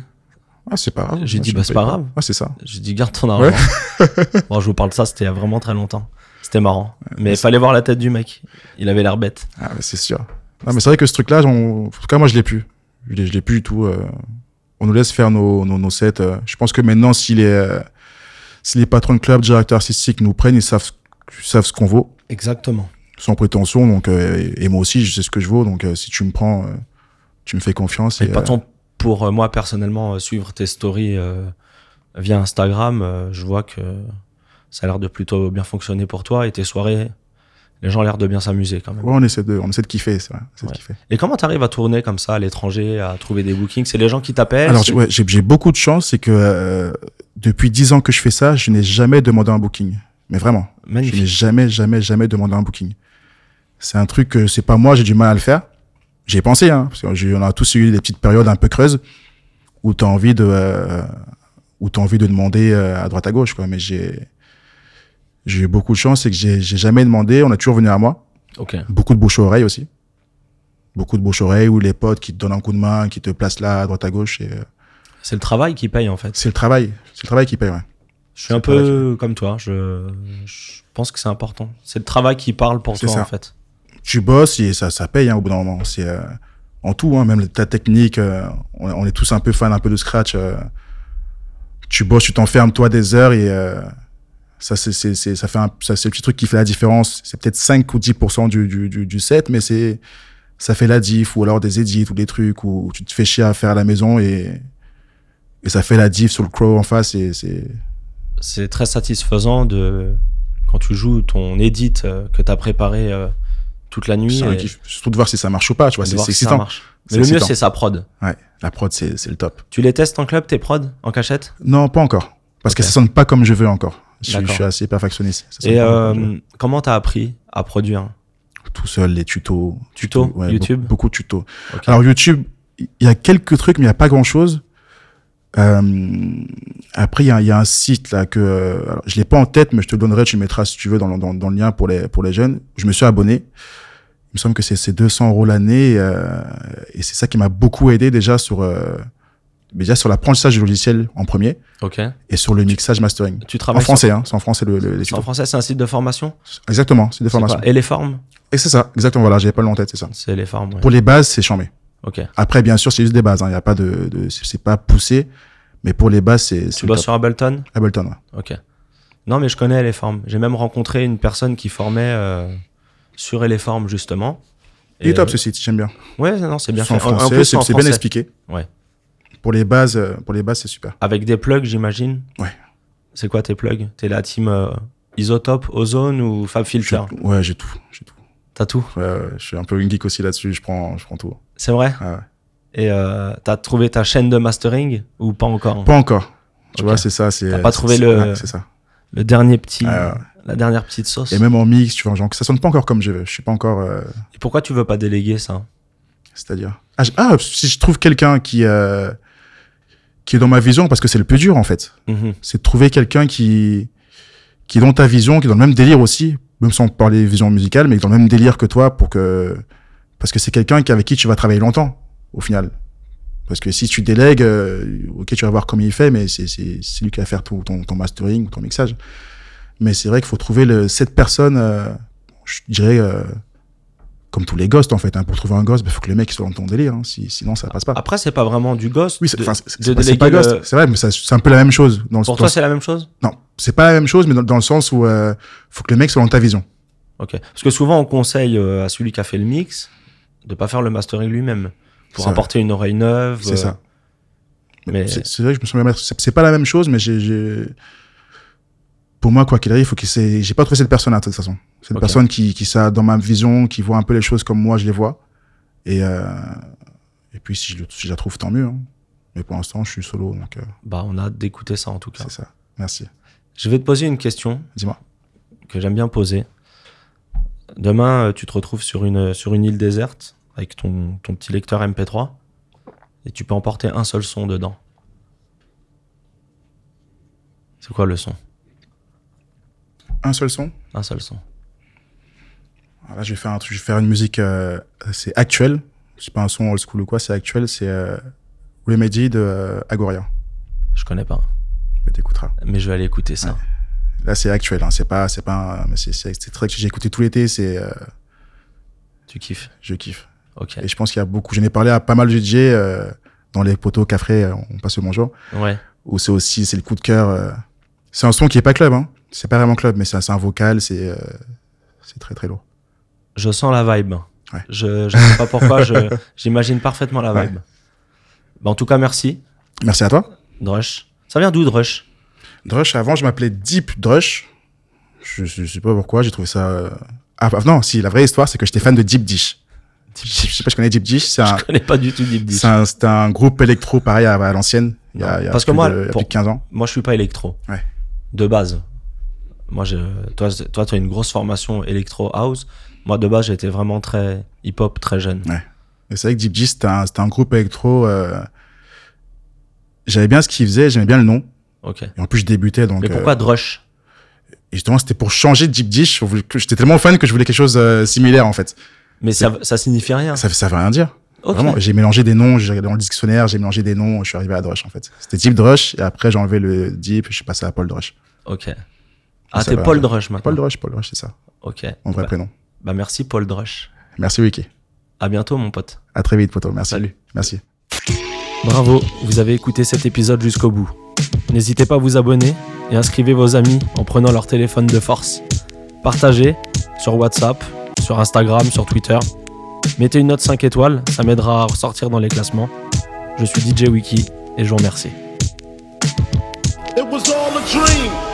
Speaker 2: Ah, c'est pas grave.
Speaker 1: J'ai
Speaker 2: Moi,
Speaker 1: dit,
Speaker 2: je
Speaker 1: bah,
Speaker 2: me
Speaker 1: c'est
Speaker 2: paye
Speaker 1: pas grave.
Speaker 2: Ah, c'est ça.
Speaker 1: J'ai dit, garde ton argent.
Speaker 2: [LAUGHS]
Speaker 1: bon, je vous parle de ça, c'était il y a vraiment très longtemps. C'était marrant. Mais il fallait voir la tête du mec. Il avait l'air bête.
Speaker 2: Ah, bah, c'est sûr. Non, mais c'est vrai que ce truc-là, j'en- en tout cas, moi, je l'ai plus. Je l'ai, je l'ai plus du tout. euh. On nous laisse faire nos, nos, nos sets. euh. Je pense que maintenant, si les, euh, si les patrons de club, directeurs artistiques nous prennent, ils savent, ce- ils savent ce qu'on vaut,
Speaker 1: Exactement.
Speaker 2: sans prétention. Donc, euh, et moi aussi, je sais ce que je vaux. Donc, euh, si tu me prends, euh, tu me fais confiance.
Speaker 1: Et
Speaker 2: euh,
Speaker 1: pas tant pour euh, moi personnellement euh, suivre tes stories euh, via Instagram, euh, je vois que ça a l'air de plutôt bien fonctionner pour toi et tes soirées, les gens ont l'air de bien s'amuser quand même.
Speaker 2: euh, ouais, on essaie de, on essaie de kiffer, c'est vrai. On essaie de
Speaker 1: Ouais.
Speaker 2: kiffer.
Speaker 1: Et comment t'arrives à tourner comme ça à l'étranger, à trouver des bookings C'est les gens qui t'appellent
Speaker 2: Alors
Speaker 1: c'est-
Speaker 2: j'ai- ouais, j'ai j'ai beaucoup de chance, c'est que euh, depuis 10 ans que je fais ça, je n'ai jamais demandé un booking. Mais vraiment, je n'ai
Speaker 1: Magnifique.
Speaker 2: jamais, jamais, jamais demandé un booking. C'est un truc que c'est pas moi, j'ai du mal à le faire. J'ai pensé, hein, parce qu'on a tous eu des petites périodes un peu creuses où t'as envie de, euh, où t'as envie de demander euh, à droite à gauche, quoi. Mais j'ai, j'ai eu beaucoup de chance, c'est que j'ai j'ai jamais demandé. On a toujours venu à moi.
Speaker 1: Ok.
Speaker 2: Beaucoup de bouche à oreille aussi. Beaucoup de bouche à oreille où les potes qui te donnent un coup de main, qui te placent là à droite à gauche et euh,
Speaker 1: C'est le travail qui paye en fait.
Speaker 2: c'est le travail. C'est le travail qui paye, ouais.
Speaker 1: Je suis
Speaker 2: le
Speaker 1: un peu comme toi. Je, je pense que c'est important. C'est le travail qui parle pour
Speaker 2: C'est
Speaker 1: toi
Speaker 2: ça.
Speaker 1: en fait.
Speaker 2: Tu bosses et ça, ça paye hein, au bout d'un moment. C'est euh, en tout, hein, même ta technique. euh, on, on est tous un peu fans, un peu de scratch. euh, tu bosses, tu t'enfermes toi des heures et euh, ça, c'est, c'est, c'est- ça fait un, ça, c'est le petit truc qui fait la différence. C'est peut-être 5 ou 10% du, du, du, du set, mais c'est, ça fait la diff ou alors des edits ou des trucs où tu te fais chier à faire à la maison et, et ça fait la diff sur le crow en face et c'est,
Speaker 1: c'est très satisfaisant de quand tu joues ton edit euh, que tu as préparé euh, toute la nuit
Speaker 2: c'est un
Speaker 1: et
Speaker 2: kiff. Surtout de voir si ça marche ou pas, tu vois,
Speaker 1: de
Speaker 2: c'est,
Speaker 1: voir
Speaker 2: c'est
Speaker 1: si ça
Speaker 2: excitant.
Speaker 1: marche.
Speaker 2: C'est
Speaker 1: Mais le mieux
Speaker 2: excitant.
Speaker 1: c'est sa prod.
Speaker 2: Ouais, la prod, c'est, c'est le top.
Speaker 1: Tu les testes en club tes prod en cachette
Speaker 2: Non, pas encore. Parce
Speaker 1: Ok.
Speaker 2: que ça sonne pas comme je veux encore. Je, suis-
Speaker 1: D'accord.
Speaker 2: je suis assez perfectionniste. Ça sonne
Speaker 1: Et
Speaker 2: pas comme je veux.
Speaker 1: euh, comment t'as appris à produire
Speaker 2: Tout seul, les tutos.
Speaker 1: Tuto,
Speaker 2: tutos, ouais,
Speaker 1: YouTube
Speaker 2: Beaucoup, beaucoup de tutos.
Speaker 1: Ok.
Speaker 2: Alors, YouTube, il y a quelques trucs, mais il n'y a pas grand-chose. Euh, après, il y, a- il y a un site là que euh, alors, je l'ai pas en tête, mais je te le donnerai, tu le mettras si tu veux dans le, dans, dans le lien pour les, pour les jeunes. Je me suis abonné. Il me semble que c'est c'est 200 euros l'année euh, et c'est ça qui m'a beaucoup aidé déjà sur euh, déjà sur l'apprentissage du logiciel en premier
Speaker 1: Ok.
Speaker 2: et sur le mixage mastering.
Speaker 1: Tu
Speaker 2: En
Speaker 1: travailles sur-
Speaker 2: français, hein, c'est en français le, le- les
Speaker 1: c'est en
Speaker 2: tutos.
Speaker 1: français, c'est un site de formation.
Speaker 2: Exactement, c'est des
Speaker 1: C'est
Speaker 2: formations.
Speaker 1: quoi Et les formes
Speaker 2: Et c'est ça, exactement, voilà, j'avais pas le nom en tête, c'est ça.
Speaker 1: C'est les formes. ouais.
Speaker 2: Pour les bases, c'est chambé.
Speaker 1: Ok.
Speaker 2: Après, bien sûr, c'est juste des bases, il hein, y a pas de, de c'est- c'est pas poussé, mais pour les bases, c'est c'est
Speaker 1: Tu
Speaker 2: le
Speaker 1: bosses
Speaker 2: top.
Speaker 1: sur Ableton
Speaker 2: Ableton, ouais.
Speaker 1: Ok. Non, mais je connais Eleform. J'ai même rencontré une personne qui formait euh, sur Eleform, justement.
Speaker 2: Il est top
Speaker 1: euh,
Speaker 2: ce site, j'aime bien.
Speaker 1: Ouais, non, c'est bien
Speaker 2: C'est
Speaker 1: fait.
Speaker 2: en
Speaker 1: En- en
Speaker 2: français,
Speaker 1: plus,
Speaker 2: c'est
Speaker 1: en
Speaker 2: c'est bien
Speaker 1: français.
Speaker 2: expliqué.
Speaker 1: Ouais.
Speaker 2: Pour les bases, euh, pour les bases, c'est super.
Speaker 1: Avec des plugs, j'imagine
Speaker 2: Ouais.
Speaker 1: C'est quoi tes plugs T'es la team euh, Isotope, Ozone ou FabFilter
Speaker 2: J'ai- Ouais, j'ai tout, j'ai tout.
Speaker 1: T'as tout
Speaker 2: Ouais, ouais, je suis un peu une geek aussi là-dessus, je prends, je prends tout. Ah
Speaker 1: C'est vrai
Speaker 2: Ouais, ouais.
Speaker 1: Et euh, t'as trouvé ta chaîne de mastering ou pas encore
Speaker 2: Pas encore. Tu
Speaker 1: Ok.
Speaker 2: vois, c'est ça, c'est.
Speaker 1: T'as pas
Speaker 2: c'est-
Speaker 1: trouvé
Speaker 2: c'est-
Speaker 1: le- Hmm.
Speaker 2: ouais, C'est ça.
Speaker 1: Le dernier petit,
Speaker 2: Ouais, ouais.
Speaker 1: la dernière petite sauce.
Speaker 2: Et même en mix, tu vois, genre, que ça sonne pas encore comme je veux. Je suis pas encore. euh,
Speaker 1: Et pourquoi tu veux pas déléguer ça
Speaker 2: C'est-à-dire ah, je- ah, si je trouve quelqu'un qui euh, qui est dans ma vision, parce que c'est le plus dur en fait,
Speaker 1: Mhm.
Speaker 2: c'est de trouver quelqu'un qui qui est dans ta vision, qui est dans le même délire aussi, même sans parler vision musicale, mais dans le même délire que toi, pour que parce que c'est quelqu'un qui avec qui tu vas travailler longtemps au final. Parce que si tu délègues, euh, ok, tu vas voir comment il fait, mais c'est c'est c'est lui qui va faire tout ton ton mastering, ton mixage. Mais c'est vrai qu'il faut trouver le, cette personne, euh, je dirais, euh, comme tous les ghosts en fait. Hein. Pour trouver un ghost, il faut que le mec soit dans ton délire, hein. si, sinon ça passe pas.
Speaker 1: Après, c'est pas vraiment du ghost.
Speaker 2: oui,
Speaker 1: Ah,
Speaker 2: c'est
Speaker 1: de-
Speaker 2: enfin, c'est-
Speaker 1: de
Speaker 2: c'est pas,
Speaker 1: déléguer
Speaker 2: c'est pas ghost,
Speaker 1: le-
Speaker 2: c'est vrai, mais ça- c'est un peu la même chose. Dans le,
Speaker 1: Pour
Speaker 2: dans
Speaker 1: toi, c'est la même chose
Speaker 2: non, c'est pas la même chose, mais dans, dans le sens où euh, faut que le mec soit dans ta vision.
Speaker 1: Ok. Parce que souvent, on conseille euh, à celui qui a fait le mix de pas faire le mastering lui-même pour
Speaker 2: C'est
Speaker 1: apporter une oreille neuve.
Speaker 2: C'est
Speaker 1: euh,
Speaker 2: ça.
Speaker 1: mais-
Speaker 2: C'est c'est vrai que je me souviens bien, c'est c'est pas la même chose, mais j'ai- j'ai. Pour moi, quoi qu'il arrive, faut que c'est. J'ai pas trouvé cette personne-là, de toute façon. Cette
Speaker 1: Ok.
Speaker 2: personne qui, qui ça dans ma vision, qui voit un peu les choses comme moi, je les vois. Et, euh, et puis, si je, si je la trouve, tant mieux. hein. Mais pour l'instant, je suis solo, donc euh,
Speaker 1: Bah, on a hâte d'écouter ça en tout cas.
Speaker 2: c'est ça. Merci.
Speaker 1: Je vais te poser une question
Speaker 2: Dis-moi.
Speaker 1: que j'aime bien poser. Demain, euh, tu te retrouves sur une, sur une île déserte avec ton, ton petit lecteur MP3 et tu peux emporter un seul son dedans. C'est quoi le son
Speaker 2: Un seul son.
Speaker 1: Un seul son.
Speaker 2: Alors là, je vais faire un truc, je vais faire une musique, euh, c'est actuel. C'est pas un son old school ou quoi, c'est actuel. C'est euh, Remedy de euh, Agoria.
Speaker 1: Je connais pas,
Speaker 2: Mais t'écouteras.
Speaker 1: mais je vais aller écouter ça.
Speaker 2: Là, c'est actuel. Hein. C'est pas, c'est pas, un- mais c'est, c'est, c'est très que j'ai écouté tout l'été. C'est, euh,
Speaker 1: Tu kiffes
Speaker 2: je kiffe.
Speaker 1: Ok.
Speaker 2: Et je pense qu'il y a beaucoup. J'en ai parlé à pas mal de DJ euh, dans les poteaux cafés. euh, on passe le bonjour.
Speaker 1: Ouais.
Speaker 2: Où c'est aussi, c'est le coup de cœur. euh. C'est un son qui est pas club. Hein. C'est pas vraiment club, mais c'est, un- c'est un vocal. C'est, euh, c'est très très lourd.
Speaker 1: Je sens la vibe.
Speaker 2: Ouais.
Speaker 1: Je, je sais pas pourquoi,
Speaker 2: [LAUGHS]
Speaker 1: je- j'imagine parfaitement la vibe. Bah, en tout cas, merci,
Speaker 2: Merci à toi.
Speaker 1: Drush. Ça vient d'où, Drush
Speaker 2: Drush, avant, je m'appelais Deep Drush. Je, je, je sais pas pourquoi, j'ai trouvé ça. euh, Ah, bah, non, si, la vraie histoire, c'est que j'étais fan de Deep Dish. Je sais je sais pas, je connais Deep Dish. C'est un,
Speaker 1: Je connais pas du tout Deep Dish.
Speaker 2: c'est un, c'est un groupe électro, pareil, à, à l'ancienne. Il y a,
Speaker 1: Non,
Speaker 2: il y a
Speaker 1: parce que
Speaker 2: plus
Speaker 1: moi,
Speaker 2: de, il y a
Speaker 1: pour-
Speaker 2: plus de 15 ans.
Speaker 1: Moi, je suis pas électro.
Speaker 2: Ouais.
Speaker 1: De base. Moi, je, toi, c'est- toi, tu as une grosse formation électro house. Moi, de base, j'étais vraiment très hip-hop, très jeune.
Speaker 2: Mais c'est vrai que Deep Dish, c'était un, c'était un groupe électro. euh, J'avais bien ce qu'ils faisaient, j'aimais bien le nom.
Speaker 1: Ok.
Speaker 2: Et en plus, je débutais. Donc,
Speaker 1: Mais
Speaker 2: euh,
Speaker 1: pourquoi Drush
Speaker 2: et justement, c'était pour changer de Deep Dish. Je voulais que- J'étais tellement fan que je voulais quelque chose euh, similaire, en fait.
Speaker 1: Mais ça, ça signifie rien.
Speaker 2: Ça, ça veut rien dire.
Speaker 1: Ah. Ok.
Speaker 2: Vraiment, j'ai mélangé des noms, j'ai regardé dans le dictionnaire, j'ai mélangé des noms, je suis arrivé à Drush en fait. C'était Deep Drush, et après j'ai enlevé le Deep, et je suis passé à Paul Drush.
Speaker 1: Ok. Ah,
Speaker 2: Ça
Speaker 1: t'es
Speaker 2: va.
Speaker 1: Paul Drush maintenant.
Speaker 2: Paul Drush, Paul Drush, c'est ça,
Speaker 1: Ok.
Speaker 2: mon vrai
Speaker 1: Bah-
Speaker 2: prénom.
Speaker 1: bah, merci, Paul Drush.
Speaker 2: Merci Wiki.
Speaker 1: À bientôt, mon pote.
Speaker 2: À très vite, poteau. Merci.
Speaker 1: Salut.
Speaker 2: Merci.
Speaker 1: Bravo, vous avez écouté cet épisode jusqu'au bout. N'hésitez pas à vous abonner et inscrivez vos amis en prenant leur téléphone de force. Partagez sur WhatsApp, sur Instagram, sur Twitter. Mettez une note 5 étoiles, ça m'aidera à ressortir dans les classements. Je suis DJ Wiki et je vous remercie.
Speaker 3: It was all a dream.